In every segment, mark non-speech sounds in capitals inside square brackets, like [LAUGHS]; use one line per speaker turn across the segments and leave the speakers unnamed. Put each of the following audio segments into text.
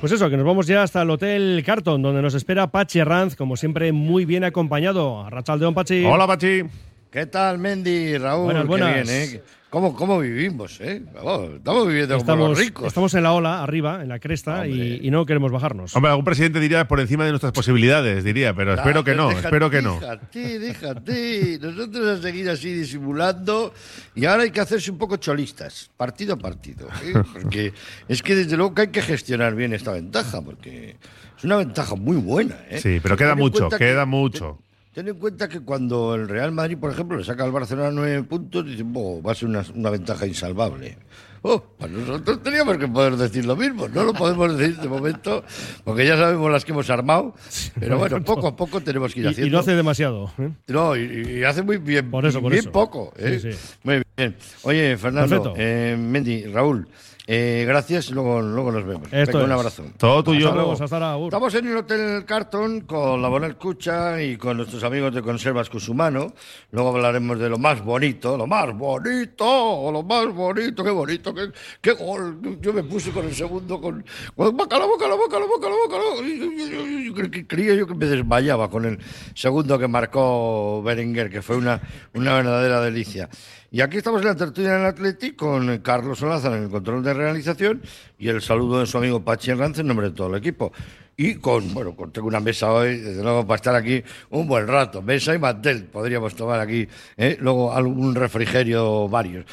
Pues eso, que nos vamos ya hasta el Hotel Carton, donde nos espera Pachi Herranz, como siempre, muy bien acompañado. Rachaldeón, Pachi.
Hola, Pachi.
¿Qué tal, Mendy, Raúl?
Buenas,
Qué
buenas.
bien, ¿eh? ¿Cómo, cómo vivimos, eh? Vamos, estamos viviendo como
Estamos,
los ricos.
estamos en la ola, arriba, en la cresta, y, y no queremos bajarnos.
Hombre, algún presidente diría por encima de nuestras posibilidades, diría, pero espero que no,
Déjate,
espero que no.
Déjate, déjate. Nosotros a seguir así disimulando y ahora hay que hacerse un poco cholistas, partido a partido.
[LAUGHS]
¿eh? Porque es que desde luego que hay que gestionar bien esta ventaja, porque es una ventaja muy buena. ¿eh?
Sí, pero queda
Ten en
mucho,
cuenta
queda mucho.
Ten en cuenta que cuando el Real Madrid, por ejemplo, le saca al Barcelona nueve puntos, dicen, "Bo, va a ser una, una ventaja insalvable. Oh, pues nosotros teníamos que poder decir lo mismo, no lo podemos decir de momento, porque ya sabemos las que hemos armado, pero
[LAUGHS]
bueno, poco a poco tenemos que ir
Y- y,
haciendo.
no hace demasiado. ¿eh?
No, y, y hace muy bien,
Por eso, por
bien
eso.
poco. ¿eh?
Sí, sí.
Muy bien. Oye, Fernando,
Perfecto.
eh, Mendy, Raúl, eh, gracias, luego, luego nos vemos.
Esto
Venga, un
es.
abrazo.
Todo tuyo.
Hasta luego, hasta ahora, Agur.
Estamos en el Hotel Carton con la Bonel Cucha y con nuestros amigos de Conservas Cusumano. Luego hablaremos de lo más bonito, lo más bonito, lo más bonito, qué bonito, qué, qué gol. Yo me puse con el segundo con. con bacalao, bacalao, bacalao, bacalao, bacalao. Y- y- y- y- cre- cre- Creía yo que me desmayaba con el segundo que marcó Berenguer, que fue una, una verdadera delicia. Y aquí estamos en la tertulia del Atleti con Carlos Solázar en el control de realización y el saludo de su amigo Pachi Herranz en nombre de todo el equipo. Y con, bueno, con, tengo una mesa hoy, desde luego, para estar aquí un buen rato. Mesa y mantel, podríamos tomar aquí, ¿eh? luego algún refrigerio, varios.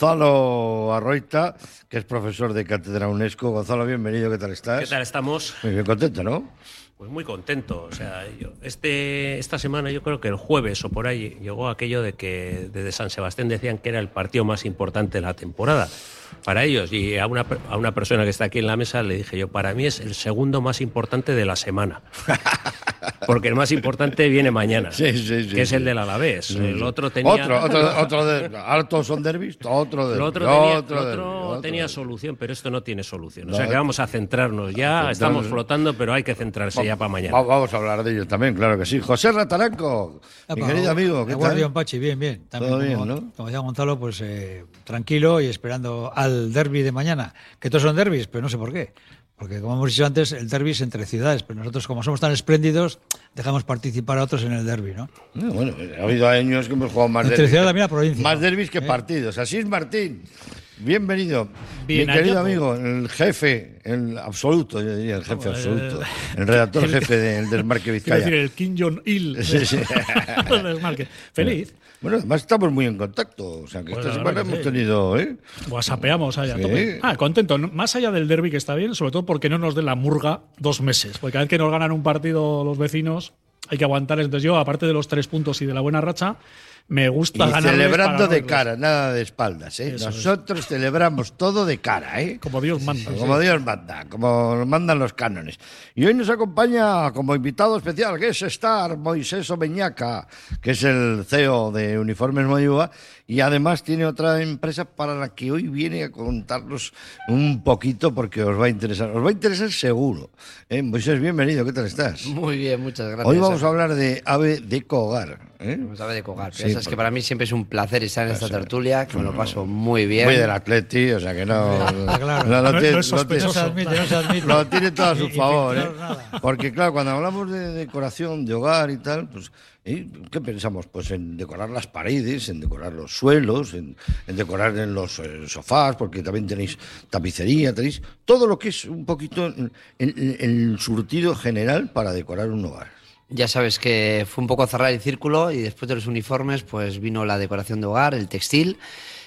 Gonzalo Arroita, que es profesor de Cátedra UNESCO. Gonzalo, bienvenido, ¿qué tal estás?
¿Qué tal estamos?
Muy bien, contento, ¿no?
Pues muy contento. O sea, yo- este, esta semana yo creo que el jueves o por ahí llegó aquello de que desde San Sebastián decían que era el partido más importante de la temporada para ellos. Y a una, per- a una persona que está aquí en la mesa le dije yo, para mí es el segundo más importante de
[LAUGHS]
la semana. Porque el más importante viene mañana,
Sí, sí, sí,
que es
sí.
el del Alavés. El otro tenía...
Otro, otro, otro de. Ahora todos son derbis, otro de.
El otro, tenía, el
derbi,
otro
otro
tenía
derbi.
solución, pero esto no tiene solución. O
No,
sea que
eh,
vamos a centrarnos ya.
centrarnos.
Estamos flotando, pero hay que centrarse ya para mañana.
Va- Vamos a hablar de ellos también, claro que sí. José Rataranco, mi querido amigo, ¿qué
Guardián
tal?
Pachi, bien, bien. También
Todo bien,
como,
¿no?
como decía Gonzalo, pues eh, tranquilo y esperando al derby de mañana. Que todos son derbis, pero no sé por qué. Porque como hemos dicho antes, el derby es entre ciudades, pero nosotros como somos tan espléndidos, dejamos participar a otros en el derby, ¿no?
No, Eh, bueno, ha habido años que hemos jugado más
Entre
derbis.
ciudad también la provincia.
Más derbis que partidos. Así es, Martín. Bienvenido.
Bien
Mi querido
hallado.
amigo, el jefe, el absoluto, yo diría, el jefe
Vamos,
absoluto.
eh,
El redactor
[LAUGHS] el-
jefe del Desmarque
Quiero decir,
Vizcaya.
el Kim
[LAUGHS]
Jong-il.
Sí,
[LAUGHS]
sí.
del desmarque. Feliz.
Bueno, además estamos muy en contacto. O sea, que
Bueno,
esta
la
semana
verdad que
hemos
sí.
tenido. ¿eh?
Guasapeamos allá. a
Sí.
tope. Ah, contento. ¿no? Más allá del derby que está bien, sobre todo porque no nos den la murga dos meses. Porque cada vez que nos ganan un partido los vecinos, hay que aguantar. Entonces yo, aparte de los tres puntos y de la buena racha, me
Y
gusta ganar.
celebrando de cara, nada de espaldas. ¿eh?
Eso es.
Nosotros celebramos todo de cara. ¿eh?
Como Dios manda.
Como Dios manda, como mandan los cánones. Y hoy nos acompaña como invitado especial, que es Star Moisés Omeñaca, que es el CEO de Uniformes Moyúa, y además tiene otra empresa para la que hoy viene a contarnos un poquito porque os va a interesar. Os va a interesar seguro. ¿eh? Moisés, bienvenido, ¿qué tal estás? [LAUGHS]
Muy bien, muchas gracias.
Hoy vamos a hablar de ave de cogar. ¿eh?
Vamos a ver de cogar.
Sí,
Ya sabes que para mí siempre es un placer estar en esta tertulia, que me lo paso muy bien.
Muy del Atleti, o sea que no.
claro.
no, no
No-
Ah, tiene-
no es
no tiene-
No se admite, no se
[LAUGHS]
admite.
Lo tiene todo a su
Y- y
favor, ¿eh?
pintor, nada.
Porque, claro, cuando hablamos de decoración de hogar y tal, pues, ¿eh? ¿qué pensamos? Pues en decorar las paredes, en decorar los suelos, en, en decorar en los eh, sofás, porque también tenéis tapicería, tenéis todo lo que es un poquito el, el- el surtido general para decorar un hogar.
Ya sabes que fue un poco cerrar el círculo y después de los uniformes pues vino la decoración de hogar, el textil.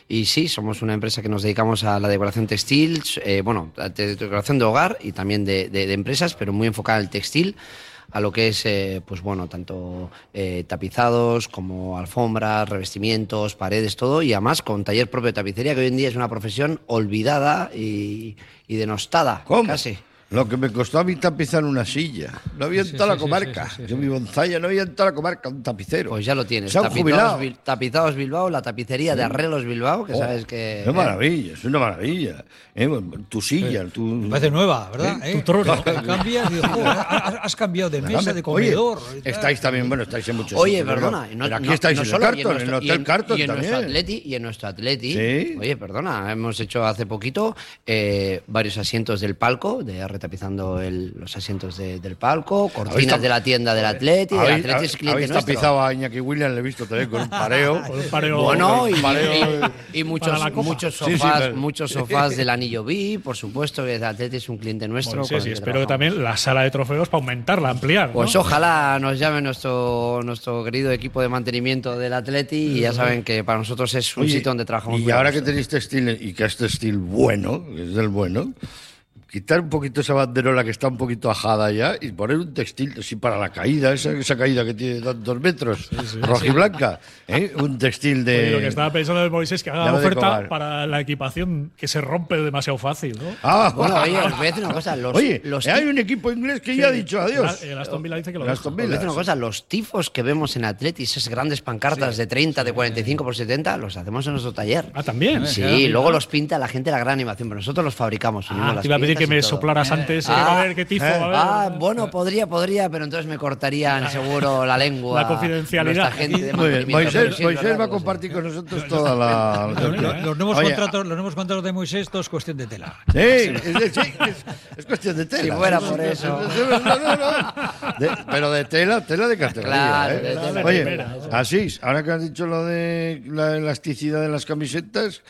Y sí, somos una empresa que nos dedicamos a la decoración textil, eh, bueno, a de- decoración de hogar y también de, de- de empresas, pero muy enfocada al textil, a lo que es, eh, pues bueno, tanto eh, tapizados como alfombras, revestimientos, paredes, todo, y además con taller propio de tapicería, que hoy en día es una profesión olvidada y, y denostada,
¿Cómo?
casi.
Lo que me costó a mí tapizar una silla. No había en
Sí,
toda la
sí, sí,
comarca.
sí, sí, sí,
Yo vivo en Zalla, no había en toda la comarca un tapicero.
Pues ya lo tienes.
Se han jubilado.
Tapizados, Bil- Tapizados Bilbao, la tapicería de Arreglos Bilbao, que
Oh,
sabes que.
Es maravilla, es una maravilla. Eh, bueno, Tu silla, tu.
Parece nueva, ¿verdad?
¿Eh?
¿Eh?
Tu trono.
La Cambias, digo, joder, has has cambiado de mesa,
Oye,
de comedor. y tal.
estáis también, bueno, estáis en muchos
Oye,
sitios,
perdona,
¿verdad?
y no-
Pero aquí
no-
estáis
no
en el
solo, y
Carton, en el
nuestro- y
Hotel Carton
y en
también.
nuestro Atleti y en nuestro Atleti.
Sí.
Oye, perdona, hemos hecho hace poquito eh, varios asientos del palco de siempre tapizando el- los asientos de- del palco, cortinas
tap-
de la tienda del Atleti, del
Habéis-
Atleti es cliente
habéis
nuestro.
tapizado a Iñaki Williams, le he visto también
[LAUGHS]
con un pareo.
Con un pareo.
Bueno, y,
Pareo-
y- y
para la
muchos,
copa.
muchos
sí,
sofás,
pero-
muchos sofás del anillo B, por supuesto, que el Atleti es un cliente nuestro.
Bueno, sí,
con
sí,
el
espero que
trabajamos.
también la sala de trofeos para aumentarla, ampliar. ¿no?
Pues ojalá nos llame nuestro, nuestro querido equipo de mantenimiento del Atleti y ya saben que para nosotros es un
Oye,
sitio donde trabajamos.
Y
muy a
ahora que
gusto.
tenéis textil y que es textil bueno, que es del bueno, quitar un poquito esa banderola que está un poquito ajada ya y poner un textil así para la caída, esa, esa caída que tiene tantos metros, rojiblanca, ¿eh? un textil de.
Oye, lo que estaba pensando de Moisés es que haga
Ya
la
lo eh, de
oferta
Cobar.
para la equipación que se rompe demasiado fácil, ¿no?
Ah,
Bueno, oye, os voy a decir una
[LAUGHS]
cosa.
[LAUGHS]
Los,
oye, eh,
los
eh,
hay un equipo inglés que ya ha dicho adiós.
El Aston Villa dice que lo
El Aston
deja.
Os voy a
Villa.
decir una cosa, los tifos que vemos en Atletis, esas grandes pancartas de 30, de 45 por 70, los hacemos en nuestro taller.
Ah, también.
Sí,
Ah, mira.
luego los pinta la gente la gran animación, pero nosotros los fabricamos. unimos
Ah,
las
te iba a pedir que
piezas y
me
todo.
soplaras antes. eh,
Ah,
a ver qué tifo.
eh,
a ver.
Ah, bueno, podría, podría, pero entonces
[LAUGHS]
me cortarían seguro la lengua.
La confidencialidad.
nuestra gente de
Muy bien,
mantenimiento, pero
Moisés,
sí es
Moisés
verdad
va a
lo que os
compartir con nosotros
[LAUGHS]
toda la.
Los, los- los
[LAUGHS]
nuevos
Oye,
contratos, los nuevos contratos de Moisés, todo es cuestión de tela.
[LAUGHS] Sí, es, sí, es- es cuestión de tela.
Si fuera por eso.
No, no, no. De- pero de tela, tela de categoría.
Claro,
¿eh?
de tela
Oye,
primera,
Asís, ahora que has dicho lo de la elasticidad de las camisetas,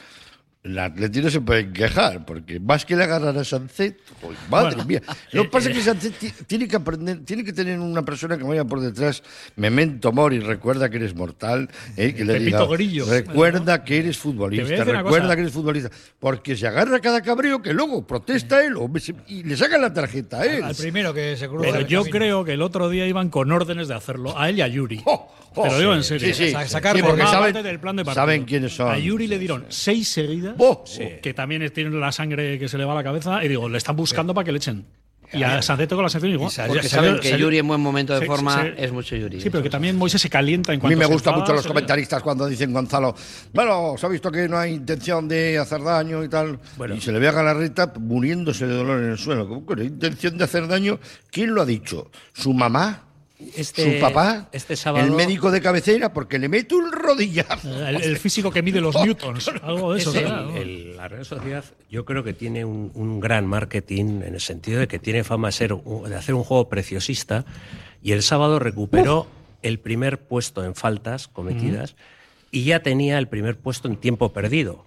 el Atleti no se puede quejar, porque más que le agarrar a Sancet, joder, madre
Bueno, Eh,
mía. Lo que pasa es que Sancet ti- tiene que aprender, tiene que tener una persona que vaya por detrás, memento mori, recuerda que eres mortal, ¿eh? que le
Pepito
diga,
Grillo.
recuerda que eres
Te voy a
futbolista,
decir una
recuerda
cosa.
que eres futbolista, porque se agarra cada cabreo que luego protesta él o se- y le saca la tarjeta a él.
Al primero que se
pues
cruza.
Pues, Pero
el
yo
camino.
creo que el otro día iban con órdenes de hacerlo, a él y a Yuri.
Jo, jo,
Te lo digo en
Oh, sí,
serio.
sí, sí.
Sa- sacar
Sí,
por
porque
Formaba
saben,
parte del plan de partido.
saben quiénes son.
A Yuri le dieron seis seguidas,
Oh,
que también tienen la sangre que se le va a la cabeza, y digo, le están buscando para que le echen. Y a Sanceto con la sección igual.
salió-
Porque
Salió-
saben que
salió-
Yuri en buen momento de
Sí,
forma
sí, sí.
es mucho Yuri.
Sí, pero que también Moisés se calienta en
A
cuanto
mí me
se
gustan
enfada,
mucho los
se-
comentaristas cuando dicen Gonzalo, bueno, se ha visto que no hay intención de hacer daño y tal.
Bueno.
Y se le ve a Galarreta muriéndose de dolor en el suelo. ¿Cómo que no hay intención de hacer daño? ¿Quién lo ha dicho? ¿Su mamá?
Este-
¿Su papá?
este sábado-
¿El médico de cabecera? Porque le meto un
[LAUGHS]
rodillazo.
El, el físico
[LAUGHS]
que mide los
Oh,
newtons, algo de eso.
Es el-
¿verdad?
el- la red social yo creo que tiene un, un gran marketing en el sentido de que tiene fama de, ser un- de hacer un juego preciosista y el sábado recuperó el primer puesto en faltas cometidas y ya tenía el primer puesto en tiempo perdido.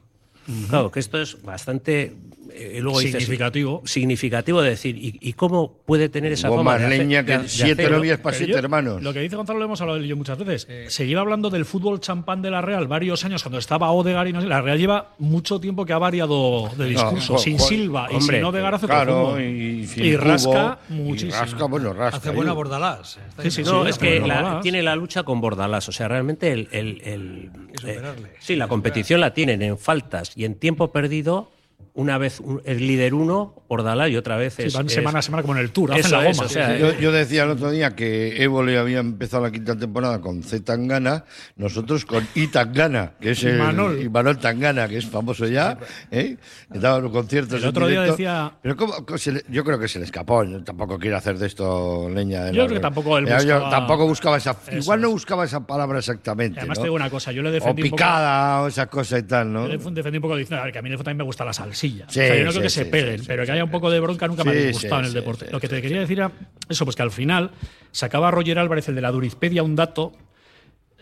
Claro, que esto es bastante eh, luego dices,
Significativo.
significativo de decir, ¿y, y cómo puede tener esa
Hubo
fama?
más
de hacer-
leña que
de- de
siete
hacerlo?
novias para
Pero
siete
yo-
hermanos.
Lo que dice Gonzalo lo hemos hablado él y yo muchas veces. Se lleva hablando del fútbol champán de la Real varios años, cuando estaba Odegar y no sé. La Real lleva mucho tiempo que ha variado de discurso,
jo-
sin
jo-
Silva y
hombre,
sin Odegar hace otro
Claro,
fútbol.
y, sin
Y
cubo,
rasca
y
muchísimo.
rasca, bueno, rasca. ¿eh?
Hace ¿eh? buena
yo-
bordalás.
Sí, sí,
No,
sí,
es
pero
que
no
la-
Bordalás.
tiene la lucha con Bordalás. O sea, realmente el. el- el-
superarle.
eh, sí, la competición la tienen en faltas y en tiempo perdido. Una vez un- el líder uno, Bordalás, y otra vez
Sí,
es.
van
es-
semana a semana como en el Tour, hacen
Eso
la goma.
es, o sea,
Yo, yo decía el otro día que Evo le había empezado la quinta temporada con Z Tangana, nosotros con I Tangana, que es el,
Imanol.
y Manol Tangana, que es famoso ya, ¿eh? que daba los conciertos.
El
en
otro día
directo.
decía-
Pero cómo- cómo se le- yo creo que se le escapó, yo tampoco quiero hacer de esto leña. de
Yo
la-
creo que tampoco él
Eh, yo
buscaba-
tampoco buscaba esa.
Eso
igual no
es.
buscaba esa palabra exactamente.
Además,
¿no?
te digo una cosa, yo le
o
defendí un poco.
picada, o esas cosas y tal, ¿no?
Yo le defendí un poco diciendo, a ver, que a mí el fútbol también me gusta la salsilla.
Sí,
o sea, yo no creo
sí,
que
sí,
se
sí,
peguen,
sí,
pero
sí,
que haya un poco de bronca nunca me
Sí,
ha disgustado
sí,
en el
sí,
deporte.
sí,
Lo que te quería decir era eso, pues que al final sacaba Roger Álvarez, el de la Durizpedia, un dato.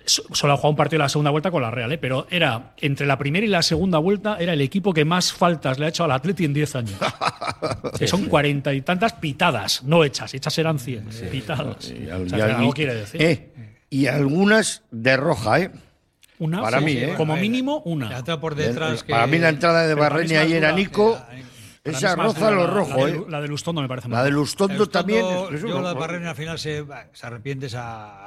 so- Solo ha jugado un partido de la segunda vuelta con la Real, ¿eh? pero era entre la primera y la segunda vuelta, era el equipo que más faltas le ha hecho al Atleti en
[LAUGHS]
10 años. que son cuarenta y tantas pitadas, no hechas, hechas eran 100, pitadas.
Y
O
al-
sea,
y
que
al-
algo quiere decir.
Eh, y algunas de roja, ¿eh?
Una,
para mí, ¿eh?
como mínimo una.
La otra por detrás. que-
Para mí la entrada de
Pero la
Barreña
misma
ahí era
altura,
Nico.
eh,
Para mí
Esa
es más
roza
la-
lo
la-
rojo,
la de,
¿eh?
la de Lustondo me parece
La de
mal.
Lustondo
Eustondo,
también. es-
Yo la Barrena
¿eh?
al final se, se arrepiente, se,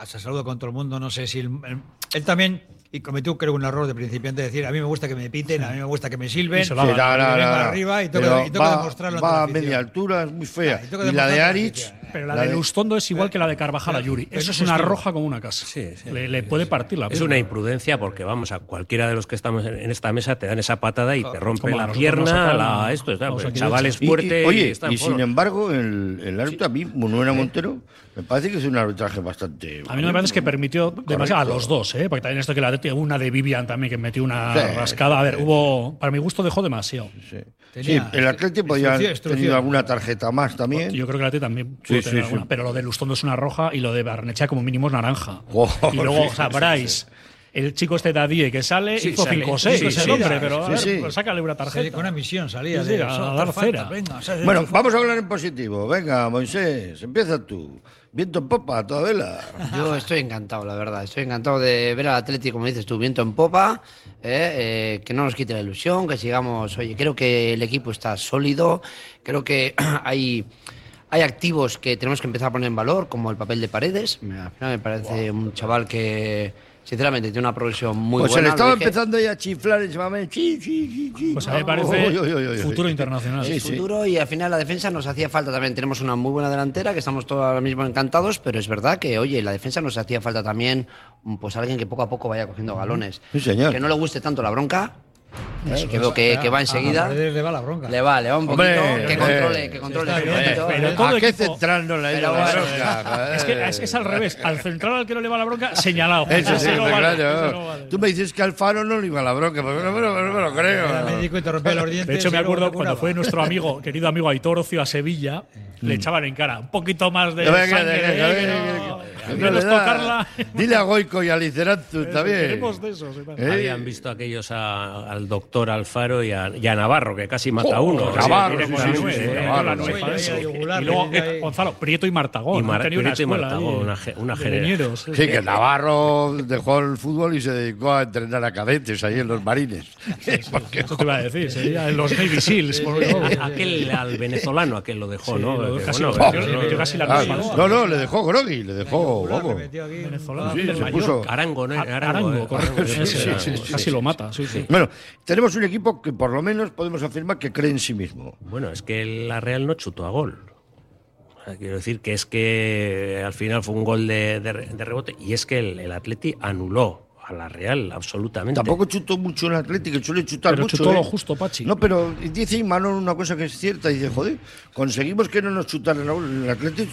se saluda con todo el mundo. No sé si. el- el- él también. Y cometió, creo, un error de principiante: decir, a mí me gusta que me piten, a mí me gusta que me silben.
Y se lo
Sí,
haga.
y
no, no,
venga
no.
arriba y toca-
Pero
y toca
va-
demostrarlo ante
Va
la
a
afición.
media altura, es muy fea.
Ah, y toca
Y la de
demostrarlo ante la
Aritz.
afición.
Pero la, de Lustondo es igual que la de Carvajal a Yuri.
pero
Eso es
ese
una
estilo.
roja como una casa.
Sí, sí.
le, le puede partir la
Es
pierna.
una imprudencia porque, vamos, a cualquiera de los que estamos en en esta mesa te dan esa patada y te rompe
como a
la
nosotros nos
pierna,
sacan-
la, esto, está,
nos
pues, el
sacan
chaval
hechos.
es
Y- y-
fuerte.
oye,
está en
y sin em-
forma.
embargo, el, el árbitro a mí, Munuera Montero, me parece que es un arbitraje bastante.
A mí no me parece que permitió demasiado a
Correcto.
los dos, ¿eh? porque también esto que la partido, una de Vivian también que metió una
Sí,
rascada. A ver, hubo. Para mi gusto dejó demasiado.
Sí,
Tenía-
sí el Atlético podía
Instrucción,
haber
instrucción.
tenido alguna tarjeta más también.
Yo creo que la T también pudo
Sí,
tener
sí,
alguna,
sí.
pero lo de Lustondo es una roja y lo de Barnechea como mínimo es naranja.
Wow,
y luego
sí, sí,
sabráis, el chico este Dadie que sale
Sí,
hizo
sale.
5 o 6,
Sí, sí,
hombre,
sí,
pero a
sí,
ver,
sí.
pues sácale una tarjeta.
Salía con una misión salía
Sí,
de
sí, a
"Nosotros,
dar
falta,
cera".
venga, sal-
Bueno, vamos a hablar en positivo. Venga, Moisés, empieza tú. Viento en popa, a toda vela.
Yo estoy encantado, la verdad. Estoy encantado de ver al Atlético, como dices tú, viento en popa, eh, eh, que no nos quite la ilusión, que sigamos. Oye, creo que el equipo está sólido, creo que [CLEARS THROAT] hay. Hay activos que tenemos que empezar a poner en valor, como el papel de paredes. Me- Al final me parece un chaval que, sinceramente, tiene una progresión muy
pues se
buena.
le
lo
estaba
dije.
empezando ya a chiflar y se va a ver, Sí, sí, sí, sí.
Pues a mí me
Oh,
parece
uy, uy, uy, uy,
futuro
uy.
internacional.
Sí,
el
sí.
futuro y al final la defensa nos hacía falta también. Tenemos una muy buena delantera que estamos todos ahora mismo encantados, pero es verdad que, oye, la defensa nos hacía falta también mm, pues alguien que poco a poco vaya cogiendo galones.
Sí, señor.
Que no le guste tanto la bronca, eh, que veo que, que va
A
enseguida.
Paredes le va la bronca.
Le va, le va un poquito.
Hombre,
que
eh,
controle, que controle.
está
que
bien,
controle,
pero
eh.
todo
¿A qué
equipo-
central no le ha ido
Pero
la
bueno.
bronca?
Es que, es que es al revés. Al central al que no le va la bronca, señalado.
Eso sí,
Ese no
está
vale,
claro.
ese no vale.
Tú me dices que Alfaro no le iba a la bronca, pues, pero no, me lo- no me lo
Era médico
creo.
y te rompía los dientes.
[LAUGHS] De hecho,
y
me
luego
acuerdo
te
cuando
curaba.
fue nuestro amigo, querido amigo Aitor Ocio a Sevilla, le echaban en cara un poquito más de
Venga, venga,
sangre.
venga,
eh, que
venga,
no-
venga.
que
No
no
le
es
da.
tocarla.
Dile a Goico y a Liceranzu, está bien.
Queremos de esos, y tal.
¿Eh?
Habían visto aquellos a- al doctor Alfaro y a, y a Navarro, que casi mata a uno.
Oh, Navarro, sí,
directamente.
sí, sí,
Nuez,
sí,
eh,
Navarro,
con la
sí.
Nuez,
Ahí,
eso.
ahí, yugular,
Y luego,
ahí, ahí.
Gonzalo, Prieto y Martagón.
Y
han
Mar-
tenido una
Prieto y
escuela
Martagón,
ahí
una ge- una
de
[LAUGHS]
genera-
leñeros, eh.
Sí, que Navarro dejó el fútbol y se dedicó a entrenar a cadetes ahí en los marines. Porque,
Eso te iba a decir, sería en los Navy Seals. por favor.
[LAUGHS] Aquel al venezolano, aquel lo dejó, ¿no?
lo
Que,
casi
bueno, pero
lo metió,
no-
le metió casi la
Ah,
cruz mal.
no, no, le dejó Grogui, le dejó.
Yugular,
vamos.
le metió aquí un-
Venezolano.
Sí,
del
se
Mallorca.
puso-
Arango, ¿no?
A-
Era
Arango,
eh,
correcto.
Arango,
Ese
ese
era.
era. Sí,
Casi
sí,
lo
sí.
mata, sí, sí.
Bueno, tenemos un equipo que por lo menos podemos afirmar que cree en sí mismo.
Bueno, es que la Real no chutó a gol. O sea, Quiero decir que es que eh, al final fue un gol de, de re- de rebote y es que el, el Atleti anuló a la Real absolutamente.
Tampoco chutó mucho el Atlético, suele chutar
Pero
mucho.
chutó
¿eh?
lo justo, Pachi.
No, pero dice Imanol una cosa que es cierta, dice, joder, conseguimos que no nos chutaran a gol. el Atlético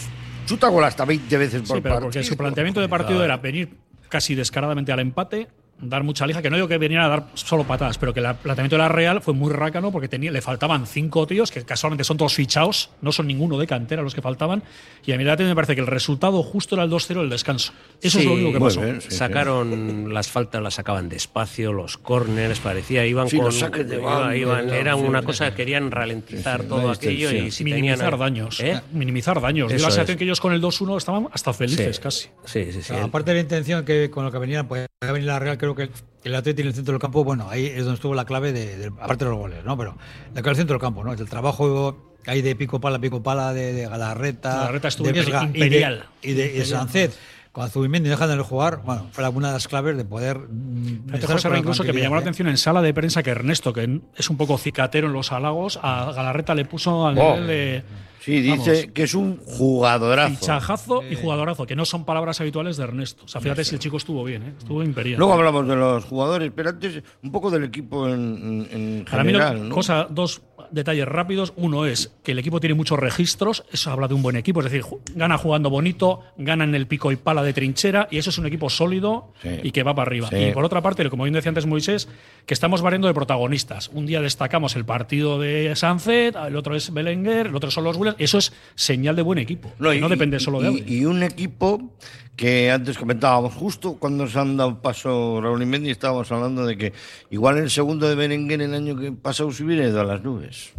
chuta gol hasta 20 veces por
Sí, pero porque
partido.
su planteamiento de partido era venir casi descaradamente al empate, dar mucha lija, que no digo que viniera a dar solo patadas, pero que el planteamiento de la Real fue muy rácano porque tenía, le faltaban cinco tíos, que casualmente son todos fichados, no son ninguno de cantera los que faltaban, y a mí la verdad me parece que el resultado justo era el 2-0 el descanso. Eso es lo único que
muy
pasó.
bien, sí, sí.
Sacaron las faltas, las sacaban despacio, los córneres, parecía, iban
Sí,
con.
los saques de
iba-
banda,
iban-
ya,
era
sí,
una
sí.
cosa, querían ralentizar
Sí, sí,
todo
la
aquello y
extensión.
si tenían-
minimizar daños.
¿Eh?
Minimizar daños. Dio
Eso
la sensación
es.
que ellos con el 2-1 estaban hasta felices
Sí,
casi.
Sí, sí, sí.
Claro, aparte de la intención que con lo que venían, pues a venir la Real, creo que el Atlético en el centro del campo, bueno, ahí es donde estuvo la clave de, de- aparte de los goles, ¿no? Pero la clave del centro del campo, ¿no? El trabajo ahí de pico pala, pico pala, de, de Galarreta,
Galarreta estuvo
de
imper-
Vesga y de-
imperial.
y de, y de Sánchez. Con Zubimendi dejándole jugar, bueno, fue una de las claves de poder. mm,
Fíjate,
estar
José,
con la
incluso que me
tranquilidad,
llamó la
¿eh?
atención en sala de prensa que Ernesto, que es un poco cicatero en los halagos, a Galarreta le puso al
Oh.
nivel de
Sí, dice
Vamos.
que es un jugadorazo.
fichajazo
Eh.
y jugadorazo, que no son palabras habituales de Ernesto. O sea, fíjate si el chico estuvo bien, ¿eh? estuvo imperial.
Mm. Luego hablamos de los jugadores, pero antes un poco del equipo en, en- en
Para mí, lo-
general. ¿no?
cosa, dos detalles rápidos. Uno es que el equipo tiene muchos registros, eso habla de un buen equipo, es decir, ju- gana jugando bonito, gana en el pico y pala de trinchera, y eso es un equipo sólido
Sí.
y que va para arriba.
Sí.
Y por otra parte, como bien decía antes Moisés, que estamos variando de protagonistas. Un día destacamos el partido de Sanzet, el otro es Belenguer, el otro son los Willers, eso es señal de buen equipo. que No,
y-
depende
y-
solo de
y,
Abel.
y un equipo que antes comentábamos, justo cuando se han dado paso Raúl y Mendy, estábamos hablando de que igual el segundo de Berenguer el año que pasado se hubiera ido a las nubes.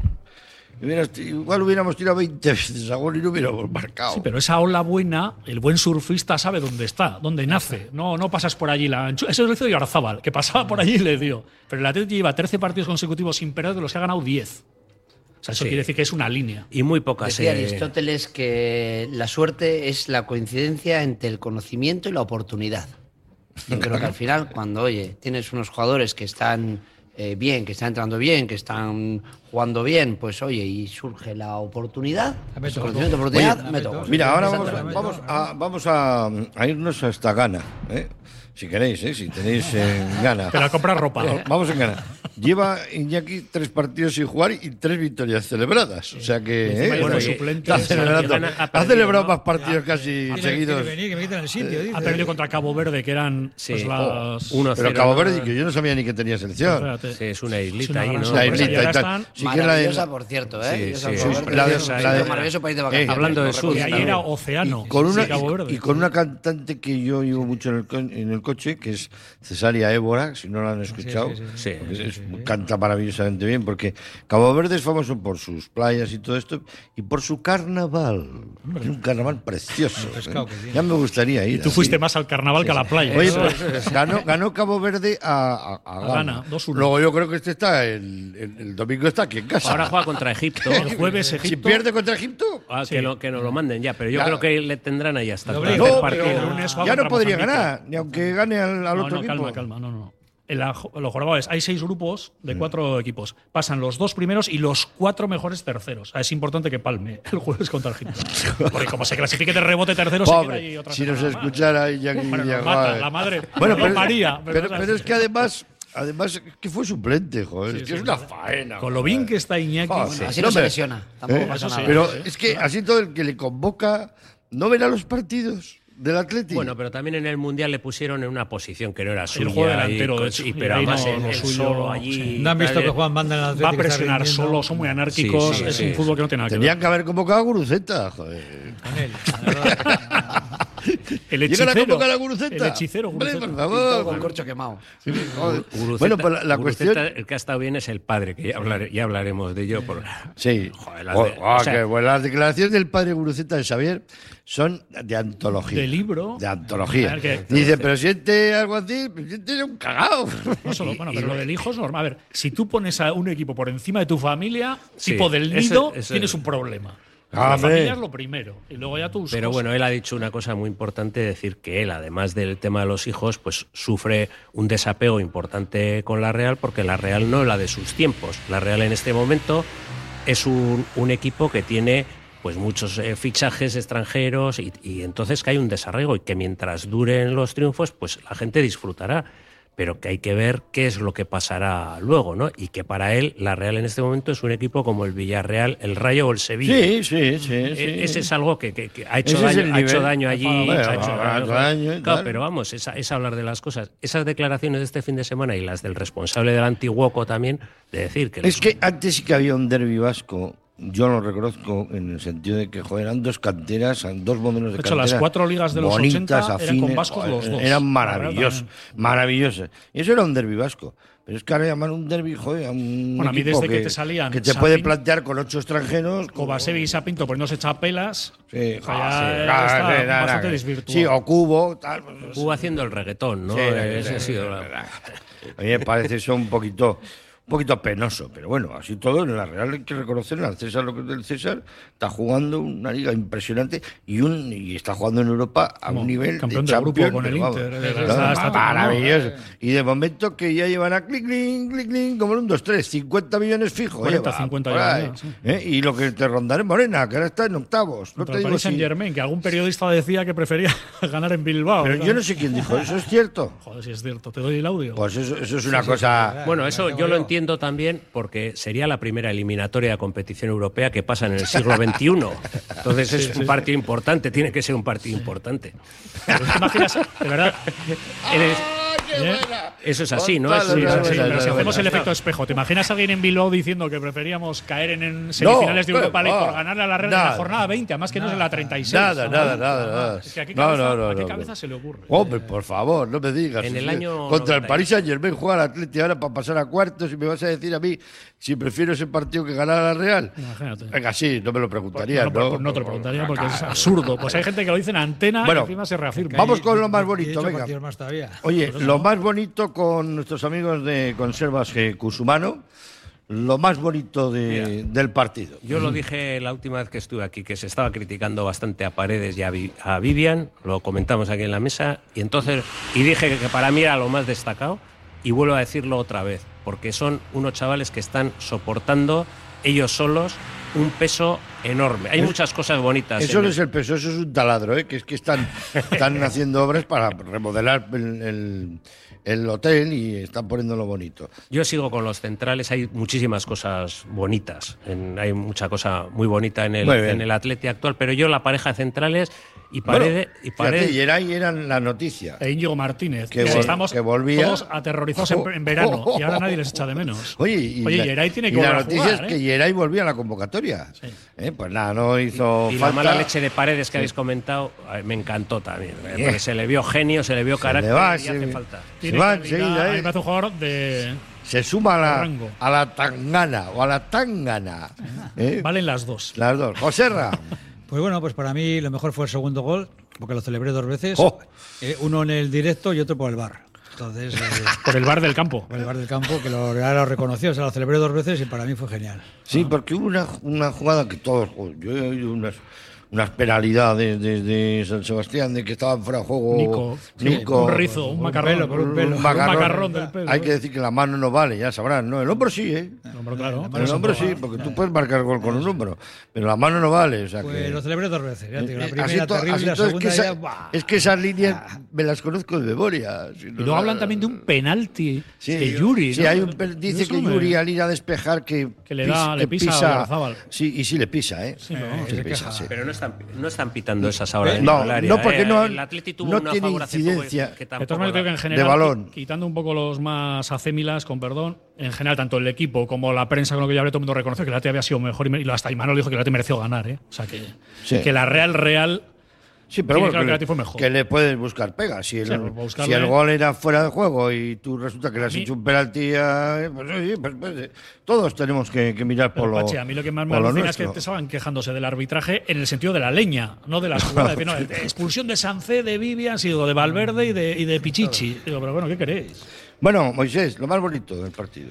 Hubieras- igual hubiéramos tirado 20 veces a gol y no hubiéramos marcado.
Sí, pero esa ola buena, el buen surfista sabe dónde está, dónde nace. No, no pasas por allí. La anchu- Eso lo hizo Yarzábal, que pasaba por allí y le dio. Pero el Atlético lleva 13 partidos consecutivos sin perder, de los que ha ganado 10. O sea, eso
Sí.
quiere decir que es una línea.
y muy pocas.
Decía
eh,
Aristóteles que la suerte es la coincidencia entre el conocimiento y la oportunidad. Yo creo que al final, cuando oye, tienes unos jugadores que están eh, bien, que están entrando bien, que están jugando bien, pues oye, y surge la oportunidad,
La meto.
conocimiento, oportunidad,
Oye,
meto.
la meto.
Mira, ahora vamos,
Exactamente.
vamos, a, vamos a, a irnos hasta Ghana. ¿eh? si queréis, ¿eh? si tenéis eh, ganas.
Pero a comprar ropa.
No, Vamos en ganas. Lleva Iñaki tres partidos sin jugar y tres victorias celebradas. O sea que.
Y encima
¿eh?
lleva
Bueno,
los
y-
suplentes.
está
O sea,
celebrando.
que gana- ha
Ha
perdido,
celebrado
¿no?
más partidos casi
Tiene que-
seguidos. Eh,
tiene que venir, que me quitan el sitio, dice.
Ha perdido contra Cabo Verde, que eran
Sí.
pues, las.
Oh, uno a
Pero
cero,
Cabo
¿no?
Verde, que yo no sabía ni que tenía selección.
Espérate.
Sí, es una
Es
islita
una
ahí,
gran
¿no?
La
sorpresa.
islita
Y ahora
y tal.
están-
Sí que la de-
Maravillosa, por cierto, ¿eh?
Sí,
Islas
sí,
Cabo
sí.
Verde,
La de-
es un
la de-
maravilloso país de
Eh,
vacaciones.
hablando de
lo
surf,
Y
reconozco.
ahí era Océano.
Y con,
sí,
una,
Cabo Verde.
y con una cantante que yo llevo mucho en el, co- en el coche, que es Cesaria Évora, si no la
Ah,
han escuchado,
sí, sí.
porque es- canta maravillosamente bien, porque Cabo Verde es famoso por sus playas y todo esto, y por su carnaval. Es un carnaval precioso.
pescado
¿eh?
que tiene.
Ya me gustaría ir.
Tú
así.
fuiste más al carnaval que a la playa.
Oye,
Eso es.
pero ganó, ganó Cabo Verde a, a, a
A
Ghana.
Ghana, 2-1.
Luego yo creo que este está, el, el- el domingo está aquí en casa.
[LAUGHS] Ahora juega contra Egipto.
[LAUGHS] el jueves
si
Egipto.
pierde contra Egipto,
Ah, que, lo- que nos lo manden ya, pero yo
Ya.
creo que le tendrán ahí hasta el
Doble.
tercer
No,
partido.
pero
lunes juega
ya no
contra
podría
Mozambique.
ganar, ni aunque gane al, al
No,
otro
no,
equipo.
calma, calma. No, no. no. En la jo- los jornales hay seis grupos
Mm.
de cuatro equipos. Pasan los dos primeros y los cuatro mejores terceros. O sea, Es importante que palme [LAUGHS] el jueves contra Egipto. Porque como se clasifique de rebote tercero, se queda ahí
Pobre,
otra
si nos
semana más.
escuchara ella que
Bueno,
ya
nos mata,
joder.
la madre.
Bueno,
No,
pero,
María,
pero,
pero-
pero es que además, además es que fue suplente, joder,
Sí,
es que
sí,
es una
sí.
faena.
Con lo bien que está Iñaki.
Joder.
bueno,
Así no se
Hombre.
lesiona. Tampoco
¿Eh?
pasa
Eso sí.
nada.
Pero es que así todo el que le convoca no verá los partidos del Atlético.
Bueno, pero también en el Mundial le pusieron en una posición que no era suya.
juega
ahí,
delantero, de
con-
hecho,
y-
y
Pero
ahí
además
no,
él-
lo
él
suyo, pues,
solo allí.
sí.
No han visto
tal,
que Juan manda en el
Va a presionar solo, son muy anárquicos.
Sí, sí,
es
sí.
un fútbol que no tiene nada que ver.
Tenían que haber convocado a Guruceta, joder. [LAUGHS]
El
¿Llegan a
hechicero.
convocar a Guruceta?
El hechicero.
Hombre, pues,
Guruceta.
por
Todo con
favor.
corcho quemado.
Sí, joder.
Guruceta-
Bueno, pues la, la
Guruceta,
cuestión...
El que ha estado bien es el padre, que ya, hablar- ya hablaremos de ello. Por...
Sí.
Joder, las
Oh,
de-
oh,
o sea-
qué bueno. Las declaraciones del padre Guruceta de Xavier son de antología.
De libro.
De
A
antología.
ver, ¿qué?
Dice, pero siente algo así, pero siente un cagao. [LAUGHS]
No solo, bueno, pero lo del hijo es normal. A ver, si tú pones a un equipo por encima de tu familia,
Sí,
tipo del
ese-
nido,
ese-
tienes un problema.
Ah,
la familia
hombre.
es lo primero. Y luego ya tú
Pero bueno, él ha dicho una cosa muy importante, decir que él, además del tema de los hijos, pues sufre un desapego importante con la Real, porque la Real no es la de sus tiempos. La Real en este momento es un, un equipo que tiene pues muchos eh, fichajes extranjeros y, y entonces que hay un desarrollo y que mientras duren los triunfos, pues la gente disfrutará. Pero que hay que ver qué es lo que pasará luego, ¿no? Y que para él, la Real en este momento es un equipo como el Villarreal, el Rayo o el Sevilla.
Sí, sí, sí. sí.
E- Ese es algo que, que- que ha, hecho
Ese es
daño,
el
ha hecho
nivel.
daño allí.
Bueno,
ha hecho
habrá
daño.
daño y
Claro,
tal.
pero vamos, es, es hablar de las cosas. Esas declaraciones de este fin de semana y las del responsable del antiguoco también, de decir que...
Es que antes sí que había un derbi vasco, yo lo reconozco en el sentido de que, joder, eran dos canteras, eran dos modelos de
De
cantera.
hecho, las cuatro ligas de los 80 eran con vascos los dos.
Eran
La ¿eh?
maravillosos,
verdad,
maravillosas. Y eso era un derbi vasco. Pero es que ahora llamar un derbi, joder, a un
Bueno, a mí
equipo
desde que te salían
que te
Sapin-
puede plantear con ocho extranjeros.
Kovacevic y Sapinto poniéndose chapelas.
Sí,
O sea,
ah,
ya
sí,
está
ah, sí, nada,
bastante
nada.
desvirtuado.
Sí, o cubo, tal. pues,
Estuvo haciendo el reggaetón, ¿no?
Sí,
Eh,
sí,
ese
sí,
ha sido la-
eh, A mí me parece eso un poquito, un poquito penoso, pero bueno, así todo, en la Real hay que reconocer al César lo que es del César, está jugando una liga impresionante y un y está jugando en Europa a
Como
un nivel
campeón
de
del grupo
Champions,
con el
pero vamos,
Inter, eh,
claro,
está- está-
maravilloso. Y de momento que ya llevan a clic, clic, clic, clic, como en un 2-3, 50 millones fijos.
40,
lleva,
50
por
ya,
ahí,
ya, sí.
¿eh? Y lo que te rondaré Morena, que ahora está en octavos. No
Contra
te
el
digo
Paris
si-
Saint Germain, que algún periodista decía que prefería [LAUGHS] ganar en Bilbao.
Pero
Era-
yo no sé quién dijo, eso es cierto.
Joder, si es cierto. Te doy el audio.
Pues eso, eso es una cosa.
Bueno, eso yo lo entiendo también porque sería la primera eliminatoria de competición europea que pasa en el siglo XXI. Entonces es un partido importante, tiene que ser un partido importante.
[LAUGHS] ¿Te imaginas?
[LAUGHS]
De verdad. eres-
Ah,
¿eh?
Eso es así, ¿no?
Total,
Es
Sí,
un-
sí,
Buena,
sí,
buena,
pero si
buena,
hacemos el
buena.
efecto espejo, ¿te imaginas a alguien en Bilbao diciendo que preferíamos caer en- en semifinales de
No,
Europa League
va.
por ganar a la red de
Nada.
la jornada 20, además que no es en la 36?
Nada, nada,
Nada,
nada, nada.
Es que a ah. qué
No,
cabeza-
no, no,
a qué
no,
cabeza
no.
se le ocurre.
Hombre, por favor, no me digas.
En el
Sí,
año
Contra
90.
el París Saint Germain juega al Atleti ahora para pasar a cuartos y me vas a decir a mí si prefiero ese partido que ganar a la Real.
Imagínate. Pues,
Venga, sí, no me lo preguntaría.
no,
No,
no, no te lo preguntaría porque es absurdo. Pues hay gente que lo dice en antena
Bueno,
y encima se reafirma.
vamos
Y-
con lo más
Y he
bonito,
hecho
venga.
partidos más todavía.
Pues
Oye, lo más bonito con nuestros amigos de Conservas eh, Cusumano, lo más bonito de- del partido.
Yo lo dije la última vez que estuve aquí, que se estaba criticando bastante a Paredes y a, Vi- a Vivian, lo comentamos aquí en la mesa, y entonces, y dije que para mí era lo más destacado, y vuelvo a decirlo otra vez, porque son unos chavales que están soportando ellos solos un peso enorme. Hay muchas cosas bonitas.
Eso
en
no
el-
es el peso, eso es un taladro, ¿eh? que es que están,
[LAUGHS]
están haciendo obras para remodelar el, el- el hotel y están poniéndolo bonito.
Yo sigo con los centrales, hay muchísimas cosas bonitas, en- hay mucha cosa muy bonita en el,
Muy bien.
en el Atleti actual, pero yo la pareja de centrales y
Bueno,
Paredes... y
fíjate,
Paredes-
y era ahí eran la noticia.
E Íñigo Martínez.
Que
Que
vol-
estamos
que volvía.
todos aterrorizados en, en verano y ahora nadie les echa de menos.
[LAUGHS] Oye, y, la,
Yeray tiene que
y la
volver a
noticia
jugar,
es
¿eh?
que Yeray volvía a la convocatoria. Eh, Pues nada, no hizo
y la
falta.
mala leche de paredes que habéis comentado ay, me encantó también. eh,
Bien.
porque se le vio genio, se le vio carácter
le va,
y
se-
hace falta.
Tiene
Se va
calidad,
enseguida,
a mí
¿eh?
me hace un jugador de.
Se suma a la,
Rango.
a la tangana o a la tangana. ¿eh?
Valen las dos.
Las dos. Joserra.
Pues bueno, pues para mí lo mejor fue el segundo gol, porque lo celebré dos veces.
¡Oh!
Eh, uno en el directo y otro por el bar. Entonces, eh,
[LAUGHS]
Por el bar del campo.
por el bar del campo, que lo, ya lo reconoció, o sea, lo celebré dos veces y para mí fue genial.
Sí, porque hubo una, una jugada que todos. jo, Yo he oído unas, unas penalidades desde San Sebastián de que estaban fuera de juego.
Nico. Sí,
Nico.
un rizo, un macarrón.
pelo, por un pelo.
Un macarrón del pelo.
Hay que decir que la mano no vale, ya sabrán, ¿no? El hombro sí, ¿eh?
Hombre, claro.
El hombro sí, porque tú puedes marcar gol con un hombro, pero la mano no vale. O sea
Pues
que...
lo celebré dos veces. ya te digo, la
Eh,
primera
así to-
terrible,
así
la
todo,
segunda
es, que
ya,
esa-
¡buah!
es que esas líneas me las conozco de memoria. si no-
Y luego hablan también de un penalti de Yuri.
sí,
¿no?
hay un pel- dice
Dios,
que
hombre.
Yuri al ir a despejar que,
Que le da- le pisa a Oyarzábal.
Sí, y sí le pisa, ¿eh?
Sí, no,
Sí le
se
pisa,
queja.
sí.
Pero no están, no están pitando esas ahora. en
No,
el área,
no, porque
eh.
no,
El Atleti tuvo
no
una
tiene
favor hace poco que-
incidencia.
que
De
tampoco
todas maneras, creo que en
la-
general,
balón.
qui- quitando un poco los más acémilas, con perdón, en general, tanto el equipo como la prensa, con lo que yo hablé, todo el mundo reconoce que la T había sido mejor y me- y hasta Imanol dijo que la T mereció ganar. ¿eh? O sea, que,
Sí.
que la Real Real.
Sí, pero
Tiene
bueno,
claro que
que,
el Atleti fue
le,
mejor.
que le puedes buscar pegas. Si el,
Sí, pero buscarle-
si el gol era fuera de juego y tú resulta que le has
mí-
hecho un penalti, a- pues, sí, pues, pues, eh, todos tenemos que, que mirar por
Pero,
lo.
Pache, a mí lo que más me
por lo
alucina es que este
nuestro.
te estaban quejándose del arbitraje en el sentido de la leña, no de las jugadas. de, no, de expulsión de Sancé, de Vivian, sido de Valverde y de, y de Pichichi. Digo, pero bueno, ¿qué queréis?
Bueno, Moisés, lo más bonito del partido.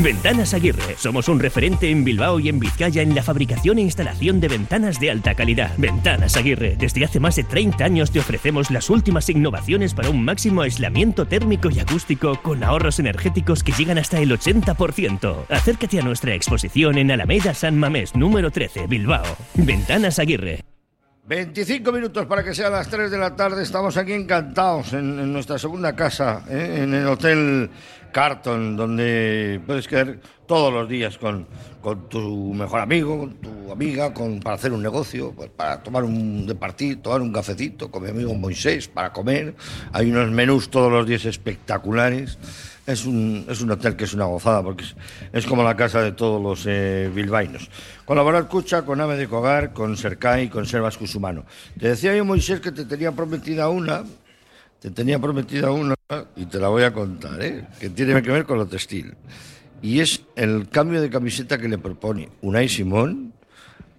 Ventanas Aguirre. Somos un referente en Bilbao y en Vizcaya en la fabricación e instalación de ventanas de alta calidad. Ventanas Aguirre. Desde hace más de 30 años te ofrecemos las últimas innovaciones para un máximo aislamiento térmico y acústico con ahorros energéticos que llegan hasta el 80%. Acércate a nuestra exposición en Alameda San Mamés, número 13, Bilbao. Ventanas Aguirre.
25 minutos para que sean las 3 de la tarde. Estamos aquí encantados en, en nuestra segunda casa, ¿eh? en el Hotel Carton, donde puedes quedar todos los días con, con tu mejor amigo, con tu amiga, con, para hacer un negocio, pues, para tomar un departir, tomar un cafecito con mi amigo Moisés, para comer. Hay unos menús todos los días espectaculares. Es un, es un hotel que es una gozada porque es, es como la casa de todos los eh, bilbainos. Colaborar Cucha con Ave de Cogar, con Sercai, con Servas Cusumano. Te decía yo, Moisés, que te tenía prometida una, te tenía prometida una y te la voy a contar, ¿eh? que tiene que ver con lo textil. Y es el cambio de camiseta que le propone Unai Simón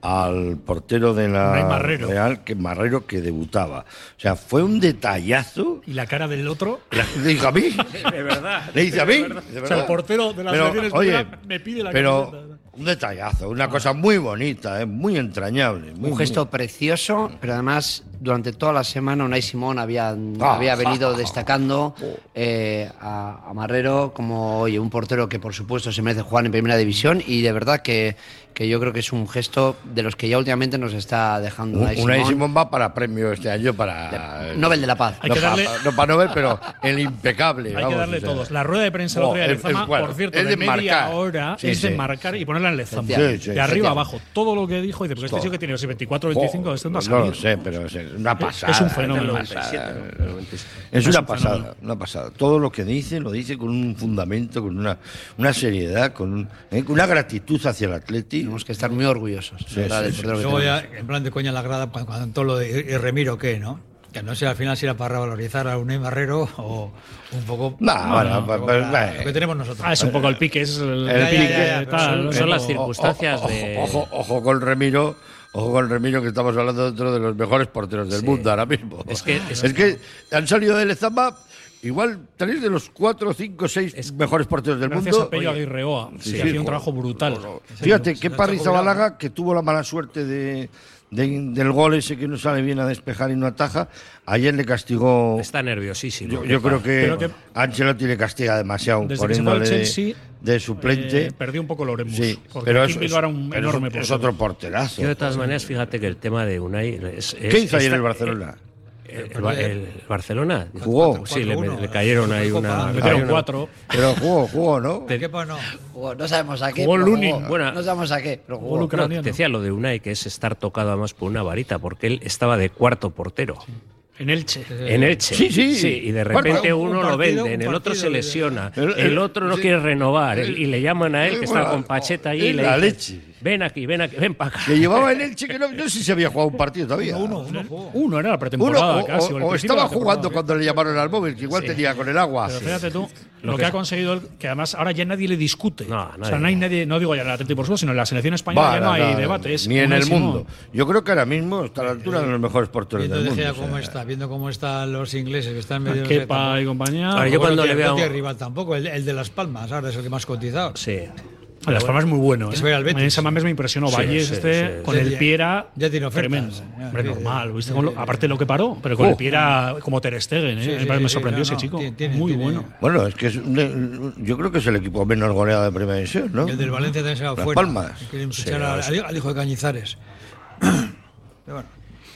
al portero de
Unai
la
Marrero.
Real, que Marrero que debutaba. O sea, fue un detallazo.
Y la cara del otro.
Le dijo
[LAUGHS]
a mí,
De verdad.
[LAUGHS] le dice a mí. de
De verdad. O sea, el
verdad.
portero de la
Pero,
selección
oye,
española me pide la
pero
camiseta.
un detallazo, una cosa muy bonita, ¿eh? muy entrañable. muy- Mm.
Un gesto precioso, pero además durante toda la semana Unai Simón había,
Ah,
había venido
ah, Oh.
destacando eh, a, a Marrero como oye, un portero que por supuesto se merece jugar en primera división y de verdad que, que yo creo que es un gesto de los que ya últimamente nos está dejando
Un-
Unai Simón.
Unai Simón va para premio este año para.
Nobel de la Paz.
No, pa- no para Nobel, pero el impecable.
Hay
vamos,
que darle
o sea.
todos. La rueda de prensa
Oh,
del otro día de
es-
Lezama,
es bueno,
por cierto,
es
de,
de
media
marcar.
hora,
Sí,
es de
sí.
marcar y ponerla en Lezama.
Sí, sí,
de arriba
sí.
abajo, todo lo que dijo, y después este
Todo. pues
tío que tiene los 24, 25, este no ha
no lo
sabido.
sé, pero es una pasada.
Es un fenómeno.
una pasada.
97, ¿no? 97.
Es
Es
una
un
pasada,
fenómeno.
una pasada. Todo lo que dice lo dice con un fundamento, con una, una seriedad, con, un- eh, con una gratitud hacia el Atleti. Tenemos
que estar muy orgullosos.
Sí,
verdad,
sí,
del
sí.
portero
Luego ya, en plan de coña en la grada, cuando, cuando todo lo de y Remiro, ¿qué, no? Que no sé al final si era para valorizar a un Marrero o un poco.
Nah, bueno, pues,
un
pa-
poco
pa-
la-
pa-
lo que tenemos nosotros.
Ah, es un poco el pique, es
El
el, Ya, ya,
pique.
ya, ya,
Pero
tal,
son-
son
eh,
las
o-
circunstancias
ojo,
de-
Ojo, ojo con Remiro. Ojo con Remiro, que estamos hablando de otro de los mejores porteros del mundo ahora mismo.
Es que-
es,
es-
que han salido del Lezama igual tres de los cuatro, cinco, seis mejores porteros del
Gracias
mundo.
a Pello Aguirre Oa,
Sí,
que
sí,
hacía
jo-
un trabajo brutal. Eh,
Fíjate
Se
que
lo
Parry
está cobrando.
Zabalaga, que tuvo la mala suerte de, de- del gol ese que no sale bien a despejar y no ataja, ayer le castigó.
Está nerviosísimo.
Yo, yo creo que,
Creo que-
Ancelotti le castiga demasiado
Desde que se fue al
poniéndole de-
Chelsea,
de, suplente.
eh, perdió un poco Loremus.
Sí,
porque
pero
aquí
es,
Bilbao era un
pero es-
enorme
es
portero.
otro porterazo.
Yo, de todas maneras, fíjate que el tema de Unai. Es,
¿Qué
es-
hizo ayer
está-
eh,
el Barcelona?
El, el Ba- el Barcelona
Jugó.
Sí, le, le cayeron ahí una.
Le
le
metieron
cayeron una-
cuatro. Pero jugó, jugó, ¿no?
[LAUGHS]
Jugó- No sabemos a qué.
Jugó
pero
Lunin.
jugó.
Buena.
No sabemos a qué, pero jugó.
No, te decía lo de Unai, que es estar tocado además por una varita, porque él estaba de cuarto portero.
En Elche.
En Elche.
Sí, sí.
y de
Bueno,
repente
un- un
uno lo
partido-
venden,
un
el otro
partido
se
de-
lesiona,
El-
el,
el-
otro no
sí. eh,
quiere renovar, y le llaman a él que está
Bueno,
con Pacheta ahí
es
y le
la
dicen,
leche.
Ven aquí, ven aquí, ven para acá.
Que llevaba en Elche, que no, no sé si se había jugado un partido todavía.
Uno, uno, Uno era la pretemporada
Uno, o-
casi.
o-
el
o estaba
principio de la temporada.
jugando cuando le llamaron al móvil, que igual
Sí.
tenía con el agua.
Pero
Sí.
fíjate tú,
Lo
lo
que-
que ha conseguido, él, que además ahora ya nadie le discute. o sea,
nadie.
no hay nadie, no digo ya en el Atlético por supuesto, sino en la selección española ya no
Vale,
hay
vale.
debate. es
Ni en el
unísimo.
mundo. Yo creo que ahora mismo está a la altura de los mejores porteros
Viendo
del
De
mundo.
Gea
o sea.
cómo está, viendo cómo están los ingleses que están medio.
A Kepa y compañía.
Ahora,
Ahora, Ah, yo cuando le veo-
No tiene rival tampoco, el, el de Las Palmas, ahora es el que más cotizado.
Sí.
A Las Palmas es muy bueno.
Que
¿eh?
se vaya al Betis.
En ese mames me impresionó.
Sí,
Valles,
sí,
este,
sí.
con
Ya
el
tiene-
Piera.
ya tiene ofertas.
Tremendo.
Ya,
Hombre,
sí,
normal. ¿viste? Con lo- aparte lo que paró, pero con
Oh.
el Piera como Ter Stegen. ¿eh?
Sí, sí,
me
sí,
sorprendió
no,
ese
no,
chico.
tiene- tiene-
muy
tiene-
bueno.
Bueno, es que es un- yo creo que es el equipo menos goleado de Primera División, ¿no?
Y el del Valencia también se va
Las
fuera.
Palmas.
Quieren
Sí,
fichar al,
es-
al hijo de Cañizares. [CLEARS THROAT] Pero bueno,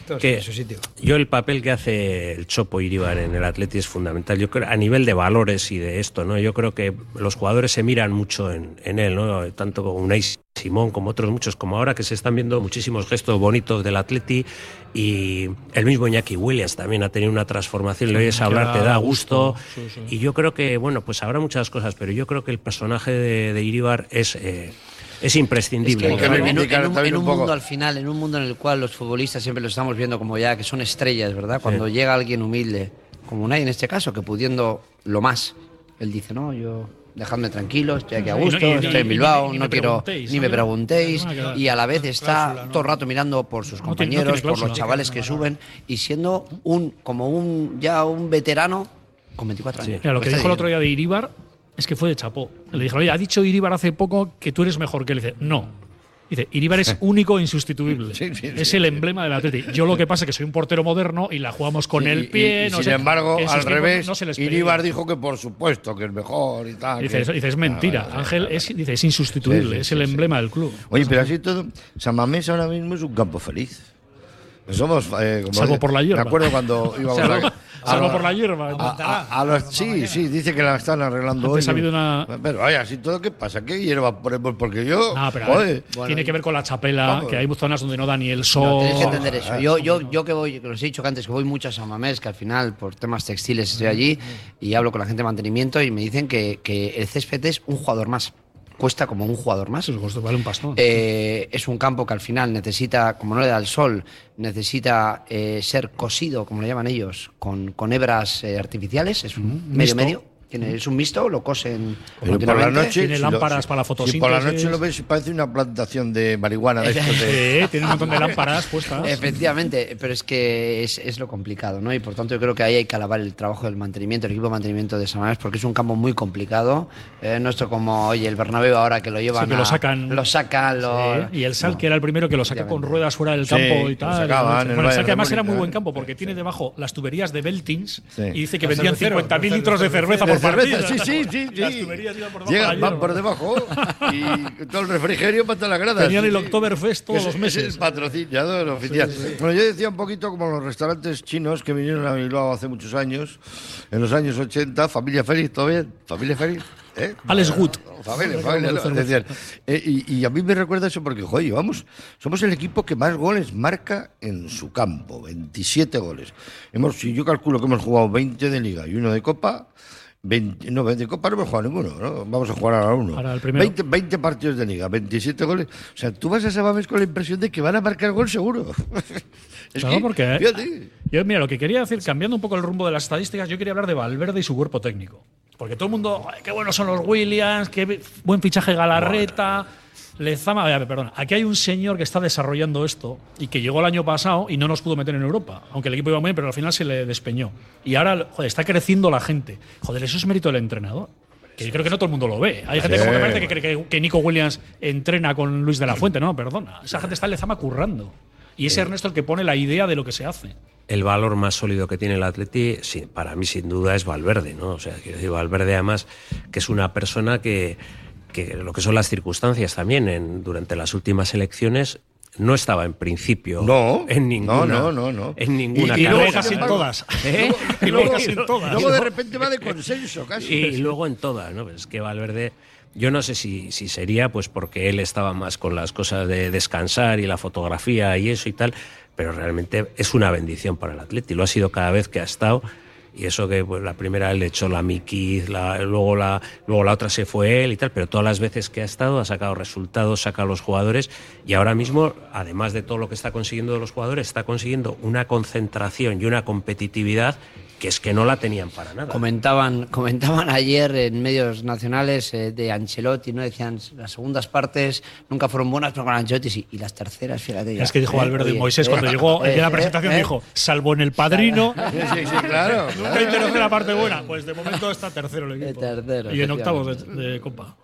todo
que
en su sitio.
Yo el papel que hace el Chopo Iribar en el Atleti es fundamental. Yo creo a nivel de valores y de esto, ¿no? Yo creo que los jugadores se miran mucho en, en él, ¿no? Tanto con Unai Simón como otros muchos, como ahora que se están viendo muchísimos gestos bonitos del Atleti y el mismo Iñaki Williams también ha tenido una transformación. Le oyes hablar, te da gusto. Y yo creo que, bueno, pues habrá muchas cosas, pero yo creo que el personaje de, de Iribar es, eh, es imprescindible.
Es que, claro, en, un- en un,
también
en
un
un
poco.
mundo al final, en un mundo en el cual los futbolistas siempre lo estamos viendo como ya que son estrellas, ¿verdad? Cuando llega alguien humilde, como Unai en este caso, que pudiendo lo más, él dice, no, yo dejadme tranquilo, estoy aquí a
Y no-
gusto,
y- y-
estoy en
y-
Bilbao,
y- y
no
me
quiero,
preguntéis,
ni
¿no?
me preguntéis,
Una cláusula,
y a la vez está
¿no?
todo el rato mirando por sus
No tiene- no tiene
compañeros, por
cláusula.
los chavales que suben, y siendo un, como un, ya un veterano con 24 años.
Mira, lo que
Está
dijo el
bien.
otro día de Iribar es que fue de chapó. Le dijeron, oye, ha dicho Iribar hace poco que tú eres mejor que él. Dice, no. Dice, Iribar [LAUGHS] es único e insustituible. es el emblema del Atleti. Yo lo que pasa es que soy un portero moderno y la jugamos con
Y- y-
el pie.
y
no
sin
sé,
embargo,
que esos
al
tiempos
revés,
no se les pedía.
Iribar dijo que por supuesto que es mejor y tal.
Dice,
que-
es, dice, es mentira.
Ah, vale, vale.
Ángel Es, dice, es insustituible.
Sí, sí,
es el emblema del club.
Ah, Oye, pero así todo, San Mamés ahora mismo es un campo feliz. Somos, eh, como-
Salvo por la hierba.
Me acuerdo
[LAUGHS]
cuando íbamos a-
Salvo-
a,
salvo
a-
por la hierba.
A, a- a los, ah, sí, sí, dice que la están arreglando
Antes
hoy.
ha habido una-
Pero oye, así todo, ¿qué pasa? ¿Qué hierba ponemos? Porque yo.
Ah, pero a ver,
joder,
tiene que ver con la chapela,
Vamos.
que hay zonas donde no da ni el sol.
No, tenéis que entender eso. Yo, yo, yo que voy, que los he dicho que antes, que voy mucho a San Mamés, que al final por temas textiles estoy allí y hablo con la gente de mantenimiento y me dicen que, que el césped es un jugador más. Cuesta como un jugador más.
vale un pastón.
Eh, es un campo que al final necesita, como no le da el sol, necesita eh, ser cosido, como le llaman ellos, con, con hebras eh, artificiales. Es un
Mixto.
medio-medio. Tiene- Es un mixto, lo
Mm-hmm.
cosen.
Pero por la
continuamente.
noche. si lo- si- Si por la noche lo ves, parece una plantación de marihuana
[LAUGHS]
de estos de-
Sí, tiene un montón de lámparas puestas.
Efectivamente, pero es que es, es lo complicado, ¿no? Y por tanto yo creo que ahí hay que alabar el trabajo del mantenimiento, el equipo de mantenimiento de Samanes, porque es un campo muy complicado. Eh, no esto como, oye, el Bernabéu ahora que lo llevan
Sí, que lo
a-
sacan.
Lo sacan, lo...
Sí, Y el Sal, que era el primero que lo saca con ruedas fuera del
Sí,
campo
lo
y tal.
sacaban, el
Bueno, el
Bayern
Sal, que además
Múnich,
era muy
¿eh?
buen campo porque tiene debajo las tuberías de Beltins
Sí.
y dice que
Los
vendían
cerveceros,
50.000
los
litros de cerveza por
cerveceros. De
partida.
cerveza, sí, sí, sí,
Las
sí.
tuberías iban por debajo de
Llegan,
la
van
hierba.
por debajo y todo el refrigerio para la grada.
Tenían el Oktoberfest todos los meses.
Es el patrocinador oficial.
Sí, sí.
Bueno, yo decía un poquito como los restaurantes chinos que vinieron a Bilbao hace muchos años, en los años 80, Familia Feliz, ¿todo bien? Familia Feliz. ¿Eh?
Alex Good.
Familia, familia,
Acabamos de
no,
hacer-
decían. Eh, y, y a mí me recuerda eso porque, joder, vamos, somos el equipo que más goles marca en su campo, 27 goles. Hemos, si yo calculo que hemos jugado 20 de liga y uno de copa, 20, no, de copa no hemos jugado ninguno, ¿no? Vamos a jugar ahora uno.
Ahora el primero.
20, 20 partidos de liga, 27 goles. O sea, tú vas a Sabames con la impresión de que van a marcar gol seguro. [LAUGHS] Es
Claro,
que,
porque
fíjate.
yo mira lo que quería decir cambiando un poco el rumbo de las estadísticas yo quería hablar de Valverde y su cuerpo técnico porque todo el mundo "Ay, qué buenos son los Williams qué buen fichaje Galarreta Lezama, a ver, perdona, aquí hay un señor que está desarrollando esto y que llegó el año pasado y no nos pudo meter en Europa, aunque el equipo iba muy bien, pero al final se le despeñó. Y ahora, joder, está creciendo la gente. Joder, eso es mérito del entrenador. Que yo creo que no todo el mundo lo ve. Hay gente
Sí.
como que parece que cree que, que Nico Williams entrena con Luis de la Fuente. No, perdona. Esa gente está en Lezama currando. Y es Ernesto el que pone la idea de lo que se hace.
El valor más sólido que tiene el Atleti, sí, para mí sin duda, es Valverde, ¿no? O sea, quiero decir, Valverde además, que es una persona que, que lo que son las circunstancias también, en- durante las últimas elecciones no estaba en principio
No,
en ninguna
no, no, no.
en ninguna
Y- y luego
carrera.
casi en todas.
¿Eh?
Luego- y luego
Y
casi en todas. Luego de repente va de consenso, casi. [LAUGHS]
Y luego en todas, ¿no? Pues es que Valverde, yo no sé si, si sería pues porque él estaba más con las cosas de descansar y la fotografía y eso y tal, pero realmente es una bendición para el Atleti. Lo ha sido cada vez que ha estado. Y eso que pues, la primera le echó la Miki, la- luego, la, luego la otra se fue él y tal, pero todas las veces que ha estado ha sacado resultados, saca a los jugadores y ahora mismo, además de todo lo que está consiguiendo de los jugadores, está consiguiendo una concentración y una competitividad que es que no la tenían para nada.
Comentaban, comentaban ayer en medios nacionales eh, de Ancelotti, ¿no? Decían las segundas partes nunca fueron buenas, pero con Ancelotti sí. Y las terceras, fíjate. ya.
Es que dijo
Eh,
Valverde
oye,
Moisés
eh,
cuando llegó
eh,
en la
eh,
presentación,
eh.
dijo, salvo en el
[LAUGHS]
padrino.
Sí, sí, sí, claro,
[LAUGHS] Nunca
claro.
hay tercera parte buena. Pues de momento está tercero el equipo. y en octavos de, de Copa.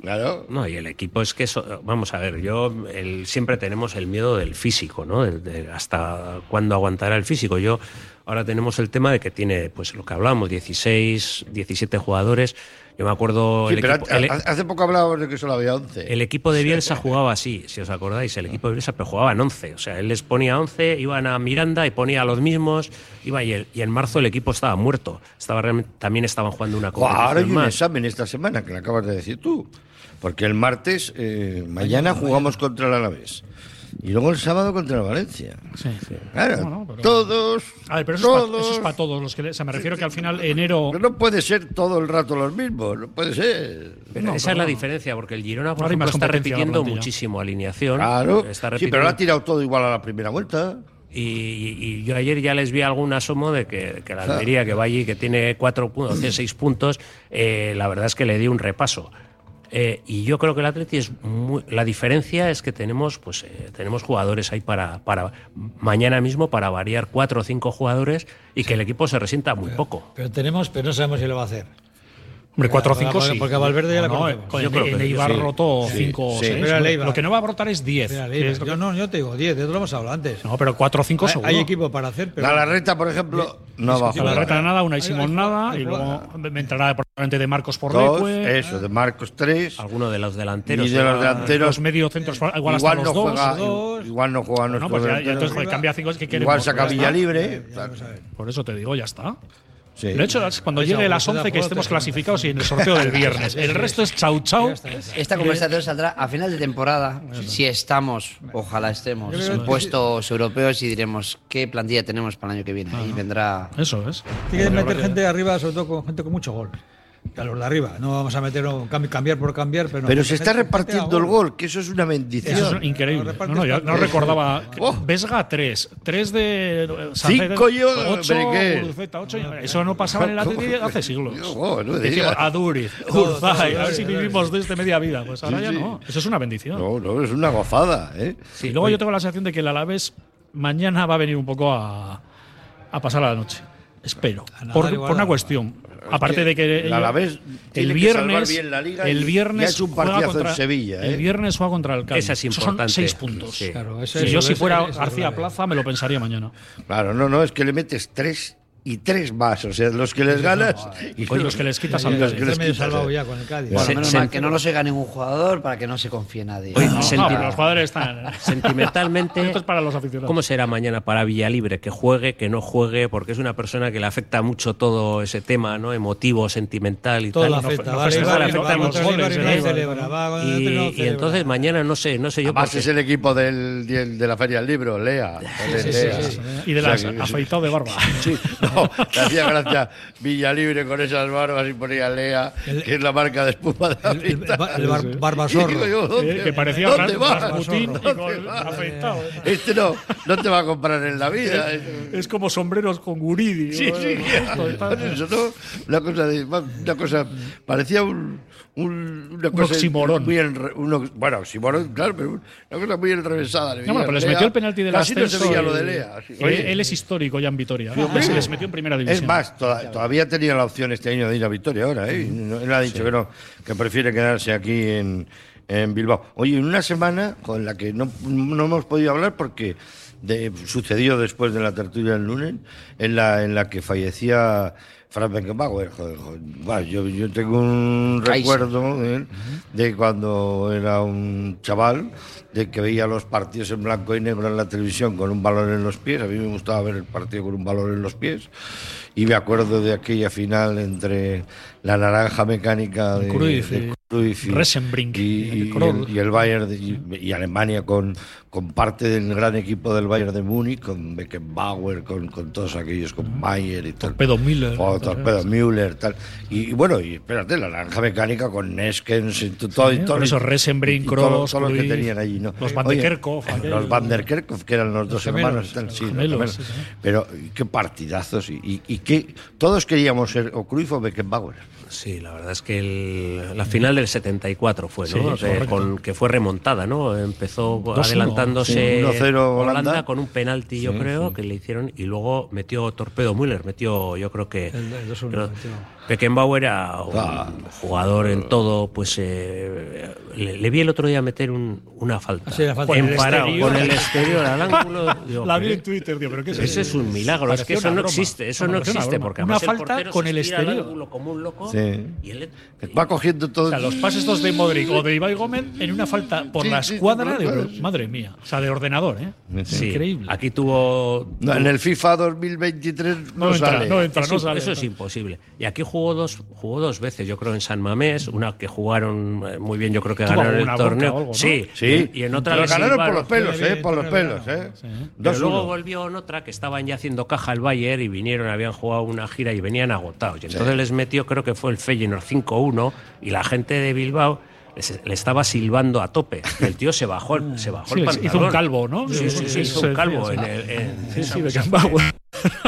Claro.
No, y el equipo es que eso, vamos a ver, yo el- siempre tenemos el miedo del físico, ¿no? Del- de hasta cuándo aguantará el físico. Yo ahora tenemos el tema de que tiene, pues lo que hablamos, 16, 17 jugadores. Yo me acuerdo
Sí,
el
pero
equipo,
ha-
el- e-
ha- hace poco hablábamos de que solo había 11.
el equipo de Bielsa jugaba así, si os acordáis, el equipo de Bielsa pero jugaban 11, o sea, él les ponía 11, iban a Miranda y ponía a los mismos, iba y, el- y en marzo el equipo estaba muerto, estaba realmente, también estaban jugando una
Buah, ahora hay
competición
un
más.
examen esta semana que lo acabas de decir tú. Porque el martes, eh, mañana jugamos contra el Alavés. Y luego el sábado contra el Valencia.
Sí.
Claro,
No, no, pero-
todos.
A ver, pero eso es pa-
todos.
eso es para todos los que. le- O sea, me refiero que al final enero.
Pero no puede ser todo el rato los mismos, no puede ser.
Pero esa es la diferencia, porque el Girona por
Ahora hay
ejemplo,
más
está
competencia en la
repitiendo
plantilla.
muchísimo alineación.
Claro,
está
sí, pero lo
repitiendo-
ha tirado todo igual a la primera vuelta.
y, y- y yo ayer ya les vi algún asomo de que, que la
Claro.
Almería, que va allí, que tiene cuatro puntos, tiene seis puntos, eh, la verdad es que le di un repaso. Eh, y yo creo que el Atleti es muy- la diferencia es que tenemos pues eh, tenemos jugadores ahí para, para mañana mismo para variar cuatro o cinco jugadores y que el equipo se resienta muy poco.
Pero tenemos, pero no sabemos si lo va a hacer.
Hombre, 4 o
Porque-
5 sí.
Porque a Valverde ya
No,
la
no,
conocemos.
con el- el Eibar rotó 5 o 6.
Mira al Eibar.
Lo que no va a brotar es 10.
Mira al
que
Eibar.
es lo que-
Yo no, yo te digo 10, de otro lo hemos hablado antes.
No, pero 4 o 5
Hay-
seguro.
Hay equipo para hacer, pero.
La
Larreta, por ejemplo, no va a
A la
jugar.
reta nada, una y
Hay-
Simón
hay-
nada,
hay
y
jugada.
luego me entrará probablemente de Marcos por
Dos,
Leque.
eso, de Marcos tres.
Alguno de los delanteros.
Y de los delanteros.
Los medio centros, igual,
Igual,
hasta los
no
dos.
juega,
dos.
igual no juega
no,
nuestro
pues ya- ya
delantero.
entonces, joder, cambia cinco, es que
Igual
queremos,
saca
ya
Villa
está.
Libre.
Por eso te digo, ya está.
Sí.
De hecho, es cuando
Esa
llegue las
búsqueda
11 que
juego
estemos
te-
clasificados y en el sorteo del viernes. El resto es chau chau.
Esta
Eh,
conversación saldrá a final de temporada, si estamos, ojalá estemos, en puestos europeos y diremos qué plantilla tenemos para el año que viene. Y vendrá.
Eso es.
Tiene que meter gente arriba, sobre todo con gente con mucho gol. A los de arriba. No vamos a meter un cambi- cambiar por cambiar, pero.
Pero se está repartiendo el gol, que eso es una bendición.
Eso es increíble. No, no, ya no recordaba. Vesga 3, 3 de Sánchez,
Oh. Cinco yo,
ocho,
Berenguer.
Guruceta, ocho, eso no pasaba en el
¿Cómo?
Atleti hace siglos.
Oh, no me
Decíamos,
digas.
Aduriz,
Todo,
Urzay,
todo,
a ver si
todo,
vivimos desde media vida. Pues ahora
Sí,
ya
sí.
no. Eso es una bendición.
No, no, es una gozada, ¿eh?
Y luego yo tengo la sensación de que el Alavés mañana va a venir un poco a, a pasar la noche. Espero.
nadar
Por,
igual
por una
a-
cuestión. Aparte
que
de que
el Alavés tiene
el
que
viernes,
salvar bien la liga y-
el
y ha
viernes
hecho un
juega
partidazo en
contra,
Sevilla, ¿eh?
El viernes juega contra el Cádiz.
Esa es
Esos
importante.
Son seis puntos.
Sí. Claro,
si
ese-
yo
ese-
si fuera
ese es
García
grave.
Plaza me lo pensaría
[LAUGHS]
mañana.
Claro, no, no, es que le metes tres y tres más. O sea, los que les ganas y
Oye, los que les quitas al
y los
Cádiz.
que les
Está medio
quitas,
salvado
¿eh?
ya con el Cádiz.
Bueno,
Se-
menos
se-
mal que no lo siga ningún jugador para que no se confíe nadie.
Oye,
No,
senti-
no,
Los jugadores están. ¿eh?
Sentimentalmente-
Esto es para los aficionados.
¿Cómo será mañana para Villalibre? Que juegue, que no juegue, porque es una persona que le afecta mucho todo ese tema, ¿no? Emotivo, sentimental y
Todo
tal.
la
No,
afecta,
no,
vale,
no,
vale,
le afecta
vale,
mucho.
vale, vale,
Sí,
vale,
sí,
vale,
sí.
vale, vale, vale,
Y-
vale, vale,
Y
vale.
entonces mañana no sé, no sé yo.
Además
porque-
es el equipo del, del- de la Feria del Libro, Lea.
Sí, sí, sí,
Lea.
sí, sí. ¿eh? Y de
O sea,
las
que-
afeitado
[LAUGHS]
de barba.
Sí, no, le hacía gracia Villa Libre con esas barbas y ponía Lea, que es la marca de espuma de la pista.
el bar-
Sí.
barbasorro.
Y digo yo, ¿dónde-
Eh, que parecía
¿dónde
Ras-
vas?
Rasputín y
¿Dónde
[LAUGHS]
con-
vas?
afeitado.
Este no, no te va a comprar en la vida. Este,
Es, es como sombreros con guridi.
Sí, sí,
Esto y tal.
Eso, ¿no? Una cosa, de- una cosa parecía un, un, una
Un
cosa
oxímoron.
muy enre- un ox- bueno, oxímoron, claro, pero una cosa muy enrevesada. le
No, bueno,
veía
pero les
Lea.
metió el penalti del
Casi no
ascenso.
se veía
el-
lo de Lea. así.
Él,
Oye,
él es histórico ya en Vitoria.
Dios
Se
mío.
les metió en primera división.
Es más, toda- todavía tenía la opción este año de ir a Victoria ahora, ¿eh? No- Él ha dicho que no, que prefiere quedarse aquí en, en Bilbao. Oye, en una semana con la que no, no hemos podido hablar porque de- sucedió después de la tertulia el lunes, en la, en la que fallecía Frank Beckenbauer. Joder, joder. Buah, yo, yo tengo un
Kaiser.
recuerdo de, él, de cuando era un chaval, de que veía los partidos en blanco y negro en la televisión con un balón en los pies. A mí me gustaba ver el partido con un balón en los pies. Y me acuerdo de aquella final entre la naranja mecánica de
Cruyff
de
y
Cruyff y-
Resenbrink
y, y- y
Kroll.
el, y el Bayern de- y, y Alemania con, con parte del gran equipo del Bayern de Múnich, con Beckenbauer, con, con todos aquellos, con Mayer y tal.
Torpedo Müller.
Oh, Torpedo Müller, tal. Y, y bueno, y espérate, la naranja mecánica con Neskens y to- todo. y
Sí,
todo
con esos Resenbrink,
y todos los-
Kroos,
todos los que
Cruyff,
tenían allí, ¿no?
los Van de
Oye,
Kerkhoff, aquel-
Los Van der Kerkhoff, que eran los dos
gemelos,
hermanos. Tal, sí, los
gemelos,
gemelos.
sí, sí.
Pero y qué partidazos. Y, y, y qué, todos queríamos ser o Cruyff o Beckenbauer.
Sí, la verdad es que el- la final del 74 fue,
Sí,
¿no? De-
correcto.
con, que fue remontada, ¿no? Empezó
2-1.
adelantándose
Sí, 1-0
Holanda.
Holanda.
con un penalti, yo
Sí,
creo, que le hicieron y luego metió Torpedo Müller, metió, yo creo que
El- el 2-1 metió.
Beckenbauer era un jugador en todo, pues eh, le, le vi el otro día meter un- una falta.
Sí, la falta.
En
Con el
parado,
exterior.
con el exterior al ángulo. digo,
La vi
¿eh?
pero-
en Twitter, tío, pero ¿qué es
Ese es un milagro, es que
Parecía
eso
una
no
broma.
existe, eso
Bueno,
no
parecía una
existe,
broma.
porque
Una
además el
falta
portero
con
se
el
estira al
exterior.
ángulo como un loco
Sí.
y él
Va cogiendo todo.
O sea, los pases dos de Modric o de Ibai Gómez en una falta por
Sí,
la
sí,
escuadra
sí,
de
claro, sí.
madre mía, o sea, de ordenador, ¿eh?
Sí,
Increíble.
Aquí tuvo.
No, en el FIFA 2023 no,
No entra,
sale.
no entra,
eso, eso es imposible. Y aquí jugó dos, jugó dos veces, yo creo, en San Mamés, una que jugaron eh, muy bien, yo creo que
Tuvo
ganaron
alguna
el
bronca
torneo.
o algo, ¿no?
Sí,
Sí.
Y, y en otra
Pero
le
ganaron por
silbaron.
los pelos, eh, por los pelos, eh.
Pero
2-1.
luego volvió en otra que estaban ya haciendo caja al Bayern y vinieron, habían jugado una gira y venían agotados. Y entonces
Sí.
les metió, creo que fue el Feyenoord 5-1 y la gente de Bilbao les- le estaba silbando a tope. Y el tío se bajó, el- se bajó el
Sí, hizo un
pantalón.
calvo, ¿no?
Sí, sí, sí,
Sí,
hizo
sí,
un calvo
sí,
en
sí.
el- en-
Sí,
en
sí,
esa-
Beckenbauer.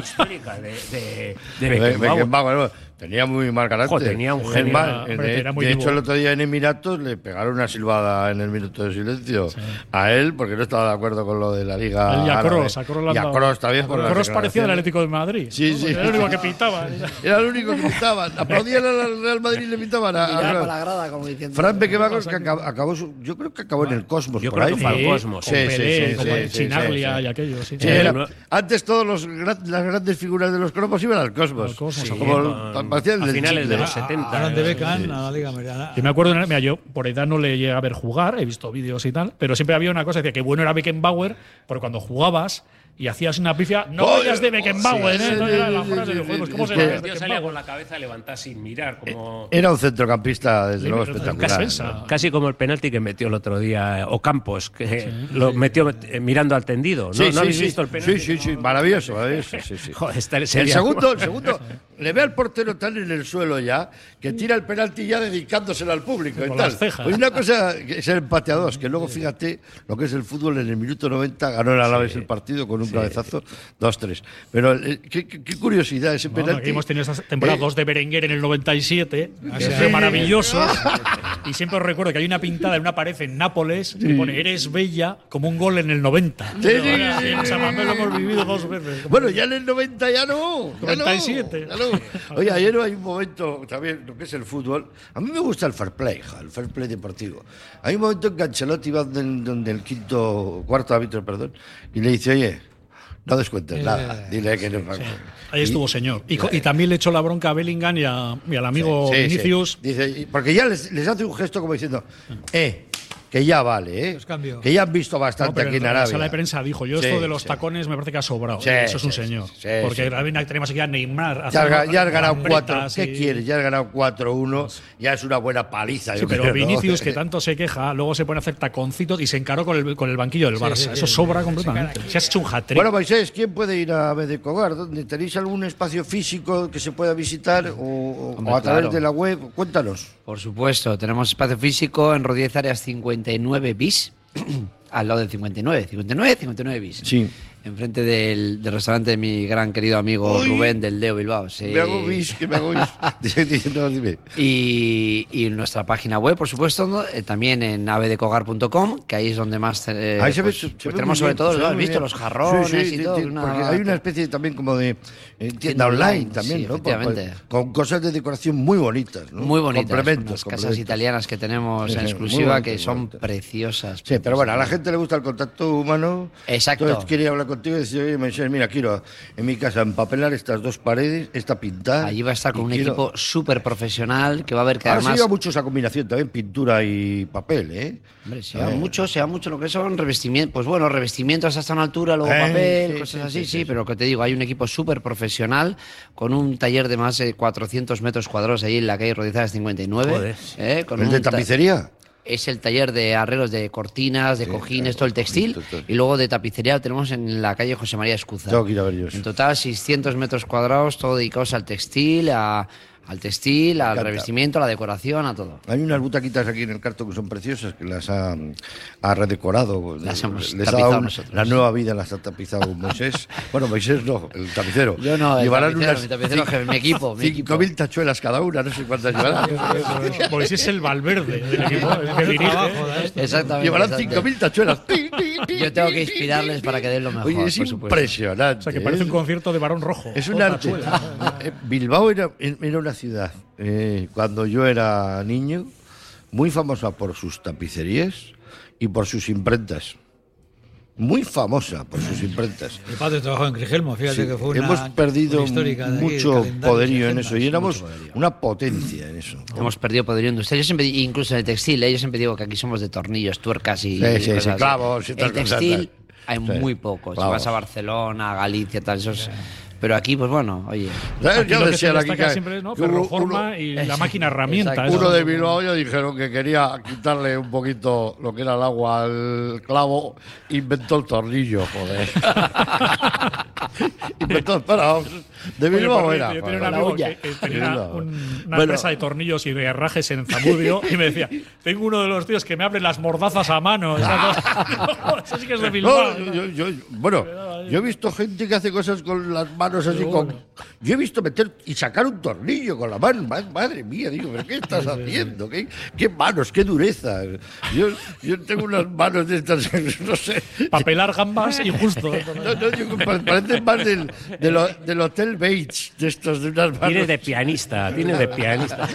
histórica de, de, de
Be-
Beckenbauer.
Beckenbauer, bueno, Tenía muy mal carácter.
Joder, tenía un
Es
genio.
más,
Hombre,
eh,
que era muy
de
vivo.
hecho, el otro día en Emiratos le pegaron una silbada en el minuto de silencio a él porque no estaba de acuerdo con lo de la Liga.
Y a
Árabe.
Kroos, a Kroos le han
Ah, Y a
dado-
Kroos también. por
Kroos
las
parecía del
declaraciones.
Atlético de Madrid.
Sí,
¿no?
sí.
Era el único que pintaba.
Era el único que pitaban. Aplaudían al Real Madrid y le pitaban a. a Kroos.
grada, como diciendo.
Fran Beckenbauer que acab- acabó, su- yo creo que acabó en el Cosmos.
Yo
por
creo
ahí.
que fue al Cosmos.
Sí,
Con
sí,
Pelé,
sí,
con
sí, sí,
Chinaglia
sí, sí.
y aquello, sí.
Sí,
Eh,
era-
no-
antes todos los gran- las grandes figuras de los cromos iban al Cosmos.
Cosmos,
como
sí,
el-
con-
parecía el
a
del
finales
Chile.
de los 70.
Hablan de Beckham
Sí.
a la Liga Americana.
Yo me acuerdo, mira, yo por edad no le llegué a ver jugar, he visto vídeos y tal, pero siempre había una cosa, decía que bueno era Beckenbauer, porque cuando jugabas y hacías una pifia, no
Oye,
vayas de
oh,
Beckenbauer,
sí,
¿eh? No
sí,
era
sí,
la
sí,
frase
sí,
de juegos,
sí,
¿cómo
sí,
se
sí.
llama?
El tío salía con la cabeza levantada sin mirar, como.
Era un centrocampista, desde luego,
Casi
espectacular.
defensa. Casi como el penalti que metió el otro día eh, Ocampos, que lo metió eh, mirando al tendido. ¿No,
Sí,
¿No
sí,
habéis
sí.
visto el penalti?
Sí, sí, sí, maravilloso, maravilloso. sí, sí.
Joder, está
el
sería-
segundo, el segundo, le ve al portero tan en el suelo ya, que tira el penalti ya dedicándoselo al público. y
Con
tal.
las cejas.
Pues una cosa que es el empate a dos, que luego fíjate lo que es el fútbol en el minuto 90, ganó el Alaves el partido con un cabezazo, 2-3. Pero eh, qué, qué- qué curiosidad ese
Bueno,
penalti.
aquí hemos tenido esas temporadas
Eh,
dos de Berenguer en el 97, que
sí.
fue maravilloso. y siempre os recuerdo que hay una pintada en una pared en Nápoles que pone Eres bella como un gol en el 90.
Sí, sí, sí,
O sea, más o menos lo hemos vivido dos veces.
Bueno, ya en el 90 ya no. ya no,
97.
ya no. Oye, ayer hay un momento también, lo que es el fútbol. A mí me gusta el fair play, hija, el fair play deportivo. Hay un momento en que Ancelotti va donde, donde el quinto, cuarto árbitro, perdón, y le dice, oye, no descuentes
Eh,
nada. Dile que no.
Ahí estuvo, señor. Y, co- y también le echó la bronca a Bellingham y, a- y al
eh,
amigo
Sí, sí.
Vinicius.
Dice, y- porque ya les, les hace un gesto como diciendo, eh, que ya vale, eh.
cambio.
Que ya han visto
No,
bastante
pero
aquí en
la
Arabia.
sala de prensa dijo, yo
Sí,
esto de los
sí.
tacones me parece que ha sobrado.
Sí,
Eso es un
sí,
señor.
sí,
Porque
sí.
también tenemos aquí a Neymar.
Ya,
haciendo
has- ya has ganado
gambetas
4. ¿Qué
y-
quieres? Ya has ganado 4-1. Ya es una buena paliza.
Sí,
yo
pero
creo, ¿no?
Vinicius, que tanto se queja, luego se pone a hacer taconcitos y se encaró con el, con el banquillo del
Sí,
Barça.
sí, sí,
Eso
sí,
sobra
sí,
completamente. Se has hecho un hat-trick. [LAUGHS]
Bueno, Moisés, ¿quién puede ir a Bedecogar? ¿Dónde tenéis algún espacio físico que se pueda visitar o, o-
Hombre,
o a través
claro.
de la web? Cuéntanos.
Por supuesto, tenemos espacio físico en [CLEARS THROAT] Rodríguez Áreas 59 bis, al lado del 59, 59, 59 bis.
Sí.
enfrente del, del restaurante de mi gran querido amigo
Uy.
Rubén del Deo Bilbao. sí.
Me hago bis, que me hago bis.
[LAUGHS]
[LAUGHS]
Y, y en nuestra página web, por supuesto, ¿no? Eh, también en avedecogar.com, que ahí es donde más eh,
Ahí se ve-
pues,
se ve
pues
muy
tenemos
bien,
sobre todo,
se
¿lo
ve
has
muy
visto?
bien.
Los jarrones
Sí, sí,
y todo.
sí, porque hay una especie también como de eh, tienda, online, también,
sí,
¿no?
efectivamente.
Con, con cosas de decoración muy bonitas, ¿no?
Muy bonitas, unas
Complementos,
casas
complementos.
italianas que tenemos
Sí,
en
sí, muy
exclusiva
bonitas,
que
muy
son preciosas.
Sí, pero bueno, a la gente le gusta el contacto humano.
pues Exacto.
Entonces quería hablar contigo y decir, oye, Moisés, mira, quiero en mi casa empapelar estas dos paredes, esta pintar.
Allí va a estar con
y
un
quiero-
equipo súper profesional que va a ver que
Ahora se
además...
lleva mucho esa combinación también, pintura y papel, ¿eh?
Hombre, se lleva mucho, se lleva mucho lo que son revestimientos, pues bueno, revestimientos hasta una altura, luego
Eh,
papel,
sí,
cosas
sí,
así, sí,
sí,
pero que te digo, hay un equipo súper profesional con un taller de más de 400 metros cuadrados ahí en la calle Rodizadas 59.
Joder.
¿eh? Con
¿El de
un ta-
tapicería?
Es el taller de arreglos de cortinas, de
eh,
cojines, todo el textil. Y luego de tapicería lo tenemos en la calle José María Escuza.
Tengo que ir a ver yo eso.
En total, 600 metros cuadrados, todo dedicados al textil, a- al textil, al
encanta.
revestimiento, a la decoración, a todo.
Hay unas butaquitas aquí en el carto que son preciosas, que las ha, ha redecorado.
Las hemos
les ha
tapizado
dado un-
nosotros.
La nueva vida las ha tapizado
[LAUGHS]
Moisés. bueno, Moisés no, el tapicero.
Yo no, el
Llevarán
tapicero,
unas
mi tapicero, que mi equipo, mi equipo.
5.000 tachuelas cada una, no sé cuántas llevarán.
Pues es el Valverde del equipo, el que dirige.
Exactamente.
Llevarán
exactamente.
5.000
[LAUGHS]
tachuelas.
Yo tengo que inspirarles para que den lo mejor.
Oye, es
por supuesto.
impresionante. ¿eh?
O sea, que parece un concierto de varón rojo.
Es un
Otra
arte.
chuela.
Eh, Bilbao era, era una ciudad, eh, cuando yo era niño, muy famosa por sus tapicerías y por sus imprentas. Muy famosa por sus imprentas.
Mi padre trabajó en Grigelmo, fíjate
Sí,
que fue una
hemos perdido
una histórica de aquí,
mucho
calendario,
poderío en
agendas,
eso y
mucho
éramos
poderío.
una potencia en eso.
Hemos perdido poderío industrial. Yo siempre, di- incluso en el textil, ¿eh? yo siempre digo que aquí somos de tornillos, tuercas y.
Sí, sí,
y
sí,
cosas así.
clavos y
El
tal cosa,
textil
tal.
hay
Sí,
muy poco. Si
clavos.
vas a Barcelona, a Galicia, tal, esos. Pero aquí, pues bueno, oye.
¿Sabes?
Aquí
Yo
lo que
decía
se
la
destaca
Kika
siempre es, ¿no?
que hubo
Ferroforma y la máquina herramienta.
Exacto.
eso.
Uno de Bilbao ya dijeron que quería quitarle un poquito lo que era el agua al clavo, inventó el tornillo, joder.
[LAUGHS]
inventó, pero de
Oye,
Bilbao
por
era.
cierto, Yo tenía
joder,
un
la
amigo
olla.
que, que
De
tenía
Bilbao.
un- una
Bueno.
empresa de tornillos y de herrajes en Zamudio y me decía, tengo uno de los tíos que me abre las mordazas a mano. Esa cosa- Eso sí que es de Bilbao.
No, yo- yo- yo- bueno, yo he visto gente que hace cosas con las manos así con. Yo he visto meter y sacar un tornillo con la mano. Ma- Madre mía, digo, ¿pero qué estás haciendo? ¿Qué, qué manos? ¿Qué dureza? Yo, yo tengo unas manos de estas, [LAUGHS] no sé.
Papelar gambas y justo.
No, no, yo- pa- parecen más del, de lo- del Hotel Bates, de estos de unas manos.
Tiene de pianista, tiene de pianista.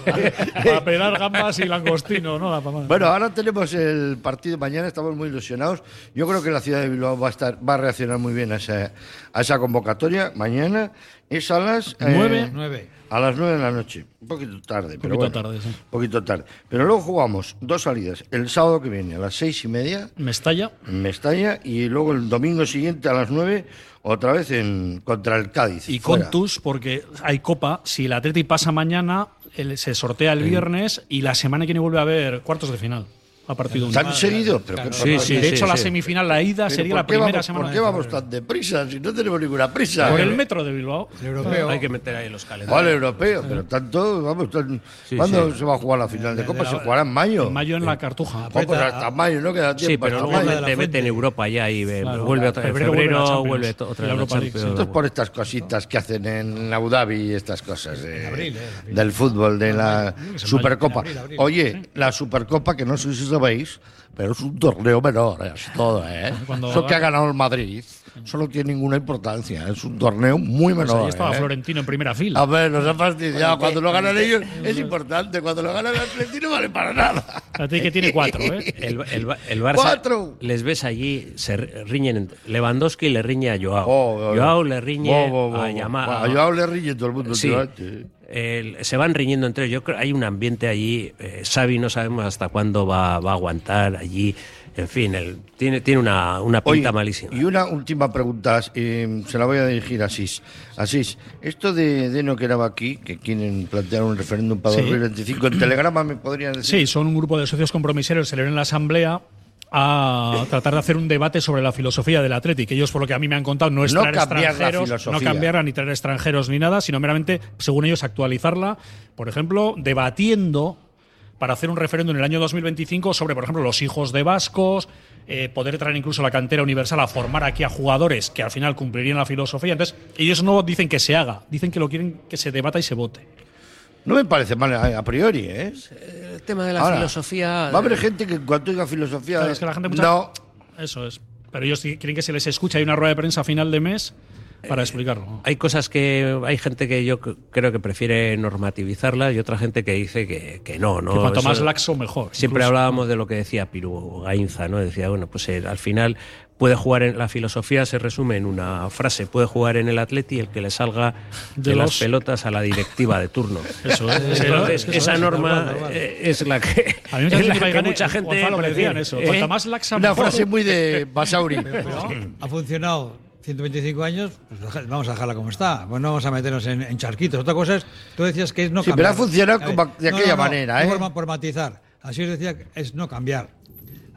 Papelar gambas y langostino, ¿no? La pomada.
Bueno, ahora tenemos el partido mañana, estamos muy ilusionados. Yo creo que la ciudad de Bilbao va a estar, va a reaccionar muy bien a esa, a esa convocatoria. Mañana es a las eh,
Nueve. Nueve.
a las nueve de la noche. Un poquito tarde, pero bueno,
poquito tarde, sí.
Un poquito tarde. Pero luego jugamos dos salidas. El sábado que viene a las seis y media
Mestalla.
en Mestalla y luego el domingo siguiente a las nueve otra vez en contra el Cádiz.
Y
fuera.
Contus, porque hay copa. Si el Atleti pasa mañana, el- se sortea el viernes y la semana que viene vuelve a haber cuartos de final. A partido
¿Tan
único.
seguido? Pero qué
Sí, sí, de
barbaridad.
hecho, la semifinal, la ida,
Pero
sería
¿por
la
qué
primera
vamos-
semana.
¿Por
de
qué vamos
febrero.
tan deprisa? Si no tenemos ninguna prisa.
Por el metro de Bilbao.
europeo.
Hay que meter ahí los calendarios.
Vale, europeo, pero tanto, vamos, tan-
Sí,
¿cuándo
sí.
se va a jugar la final de Copa? se jugará en mayo.
En mayo en la Cartuja.
Oh, pues hasta mayo, ¿no? Queda tiempo.
Sí, pero
hasta
luego
mayo.
te mete en Europa ya y ve-
Claro,
vuelve otra vez.
febrero
Febrero,
vuelve la
vuelve,
Champions,
to-
y
otra
la
vez la
Europa League, sí.
Champions.
Esto es por estas cositas que hacen en Abu Dhabi y estas cosas de-
eh,
del fútbol, de la Supercopa.
abril, abril,
Oye, la Supercopa, que no sé si sabéis, pero es un torneo menor, es todo, ¿eh?
Cuando
Eso que ha
gana-
ganado el Madrid, eso no tiene ninguna importancia, es un torneo muy
Pues
menor.
ahí estaba
¿eh?
Florentino en primera fila.
A ver, nos ha fastidiado. Cuando lo ganan ellos es importante. Cuando lo ganan el Atlético no vale para nada.
A ti que tiene cuatro, ¿eh?
El, el, el Barça
¡Cuatro!
les ves allí, se riñen. entre- Lewandowski le riñe a Joao.
Oh, oh,
Joao
oh.
le riñe
Oh, oh, oh,
a
oh.
Yama-
Bueno, a Joao le riñe todo el mundo. ¿eh?
Sí.
últimamente.
El- se van riñendo entre ellos. Yo creo hay un ambiente allí. eh, Xavi no sabemos hasta cuándo va, va a aguantar allí. En fin, el- tiene, tiene una, una pinta
Oye,
malísima.
Y una última pregunta, eh, se la voy a dirigir a Asís. Asís, esto de, de no quedaba aquí, que quieren plantear un referéndum para
Sí.
2025,
[CLEARS THROAT]
en Telegrama me podrían decir.
Sí, son un grupo de socios compromiseros que se le en la asamblea a tratar de hacer un debate sobre la filosofía del Athletic. Ellos, por lo que a mí me han contado, no es
No
traer
cambiar la
extranjeros, no
filosofía.
cambiarla ni traer extranjeros ni nada, sino meramente, según ellos, actualizarla. Por ejemplo, debatiendo para hacer un referéndum en el año 2025 sobre, por ejemplo, los hijos de vascos, eh, poder traer incluso la cantera universal a formar aquí a jugadores que al final cumplirían la filosofía. Entonces, ellos no dicen que se haga, dicen que lo quieren que se debata y se vote.
No me parece mal a, a priori, ¿eh?
El tema de la
Ahora,
filosofía. eh,
Va a haber gente que en cuanto diga filosofía.
Claro, es que la gente mucha-
No,
Eso es. Pero ellos sí quieren que se les escuche. Hay una rueda de prensa a final de mes para
Eh,
explicarlo.
Hay cosas que hay gente que yo c- creo que prefiere normativizarlas y otra gente que dice que, que no, ¿no?
que cuanto
Eso-
más laxo, mejor.
Siempre
incluso.
hablábamos de lo que decía Piru Gainza, ¿no? Decía, bueno, pues eh, al final puede jugar en la filosofía, se resume en una frase, puede jugar en el Atleti el que le salga de,
De
las
los-
pelotas a la directiva de
[LAUGHS]
turno.
Eso es.
Entonces,
Eso es, eso
esa
es,
norma
normal, normal.
eh, es la que,
A mí
[LAUGHS]
me
es
parece
la que
que Paigane-
mucha gente
Gonzalo
prefiere.
prefiere eso.
¿Eh?
Cuanto más laxa,
Una
mejor.
frase muy de Basauri.
[LAUGHS]
Ha funcionado 125 años, pues deja- vamos a dejarla como está. Pues no vamos a meternos en, en charquitos. Otra cosa es, tú decías que es no
Sí, pero
cambiar.
ha funcionado
A ver,
como de
no,
aquella
no, no,
manera,
no
¿eh?
por ma- por matizar. Así os decía, que es no cambiar.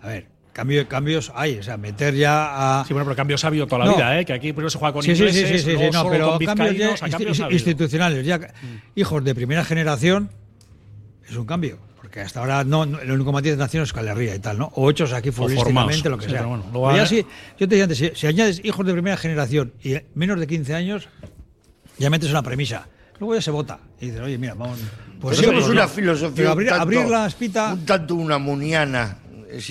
A ver, cambio, cambios hay, o sea, meter ya a.
Sí, bueno, pero cambios ha habido toda la
No.
vida, ¿eh? Que aquí primero se juega con
Sí, sí, sí,
ingleses,
sí, sí, sí,
luego
no,
solo
pero
con
cambios ya
vizcaínos, a
insti-
cambios ha Mm. habido.
institucionales, ya hijos de primera generación, es un cambio. Porque hasta ahora no, no, el único matiz de nación es Calerría y tal, ¿no? O hechos aquí
formaos,
futbolísticamente, lo que
sí,
sea.
pero bueno,
Pero
luego
ya
a-
sí, yo te decía antes, si, si añades hijos de primera generación y menos de 15 años, ya metes una premisa. Luego ya se vota. Y dices, oye, mira, vamos.
Pues
eso
tenemos
yo-
una filosofía.
pero
un
abrir,
tanto-
abrir la espita.
Un tanto una muniana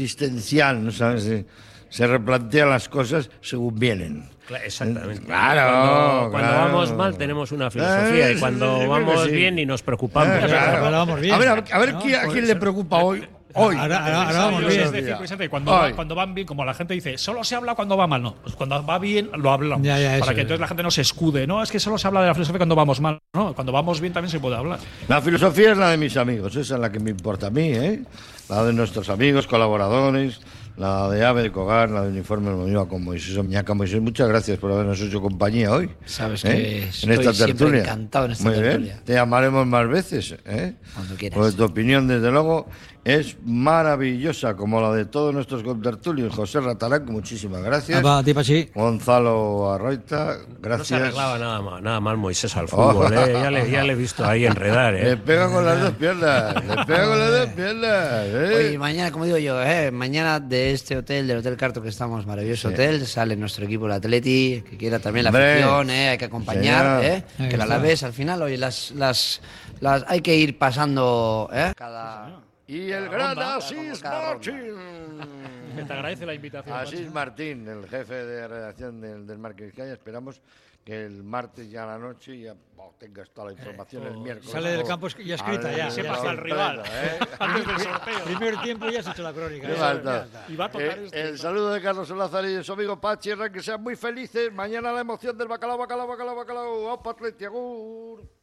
existencial, ¿no sabes? Se, se replantean las cosas según vienen.
Cla- Exactamente.
Claro,
Cuando, Oh, cuando
Oh, claro.
vamos mal tenemos una filosofía
Eh,
y
sí,
cuando
sí, sí,
vamos
sí.
bien y nos preocupamos.
Eh, claro.
Ahora vamos bien.
A ver, a ver, a ver
No,
quién- a
por
quién
eso.
le preocupa hoy. hoy. este
Ahora- ahora- ahora
Pensaba
vamos
yo,
bien.
es decir, precisamente, cuando, va-
Hoy.
cuando van bien, como la gente dice, solo se habla cuando va mal, no. Pues cuando va bien, lo hablamos.
Ya, ya, eso,
para
ya.
que entonces la gente no se escude. No, es que solo se habla de la filosofía cuando vamos mal. No, cuando vamos bien también se puede hablar.
La filosofía es la de mis amigos, esa es la que me importa a mí, ¿eh? La de nuestros amigos, colaboradores, la de Ave de Cogar, la de Uniformes Moñoa con Moisés Oñaca. Moisés, muchas gracias por habernos hecho compañía hoy.
Sabes
¿eh?
que estoy siempre encantado en esta
Muy
tertulia.
Bien. Te llamaremos más veces, ¿eh?
Cuando quieras.
Pues tu opinión, desde luego, es maravillosa, como la de todos nuestros contertulios. José Ratalán, muchísimas gracias.
Ah, va, a ti, Pachi.
Gonzalo Arroita,
No se
gracias. Oh.
arreglaba nada más, nada más Moisés al fútbol. ¿eh? Ya, le, ya le he visto ahí enredar. ¿eh?
Le pega con las dos piernas, le pega con las dos piernas. ¿eh?
Oye, mañana, como digo yo, eh, mañana de este hotel, del Hotel Carto que estamos, maravilloso
Sí.
hotel, sale nuestro equipo el Atleti, que quiera también la
Hombre.
afición, eh, hay que acompañar,
Señor.
eh,
Ahí
que la
está.
laves al final, oye, las, las, las hay que ir pasando, eh, cada...
Y el
Cada
gran
ronda,
Asís
cada
Martín.
Te agradece la invitación.
Asís Martín, el jefe de redacción del, del Marque Vizcaya. Esperamos que el martes ya a la noche ya oh, tengas toda la información el miércoles.
Sale del
Oh,
campo es- ya
a
escrita,
ver,
ya.
se
ya
pasa
está.
al rival.
¿eh?
Antes del sorteo.
Primer tiempo ya has hecho la crónica. ¿eh?
Qué
eso, ya
falta.
está.
Y va a tocar
Eh,
este.
el saludo de Carlos Salazar y de su amigo Pachi Herrán, que sean muy felices. Mañana la emoción del bacalao, bacalao, bacalao, bacalao. ¡Opa, Atleti, agur!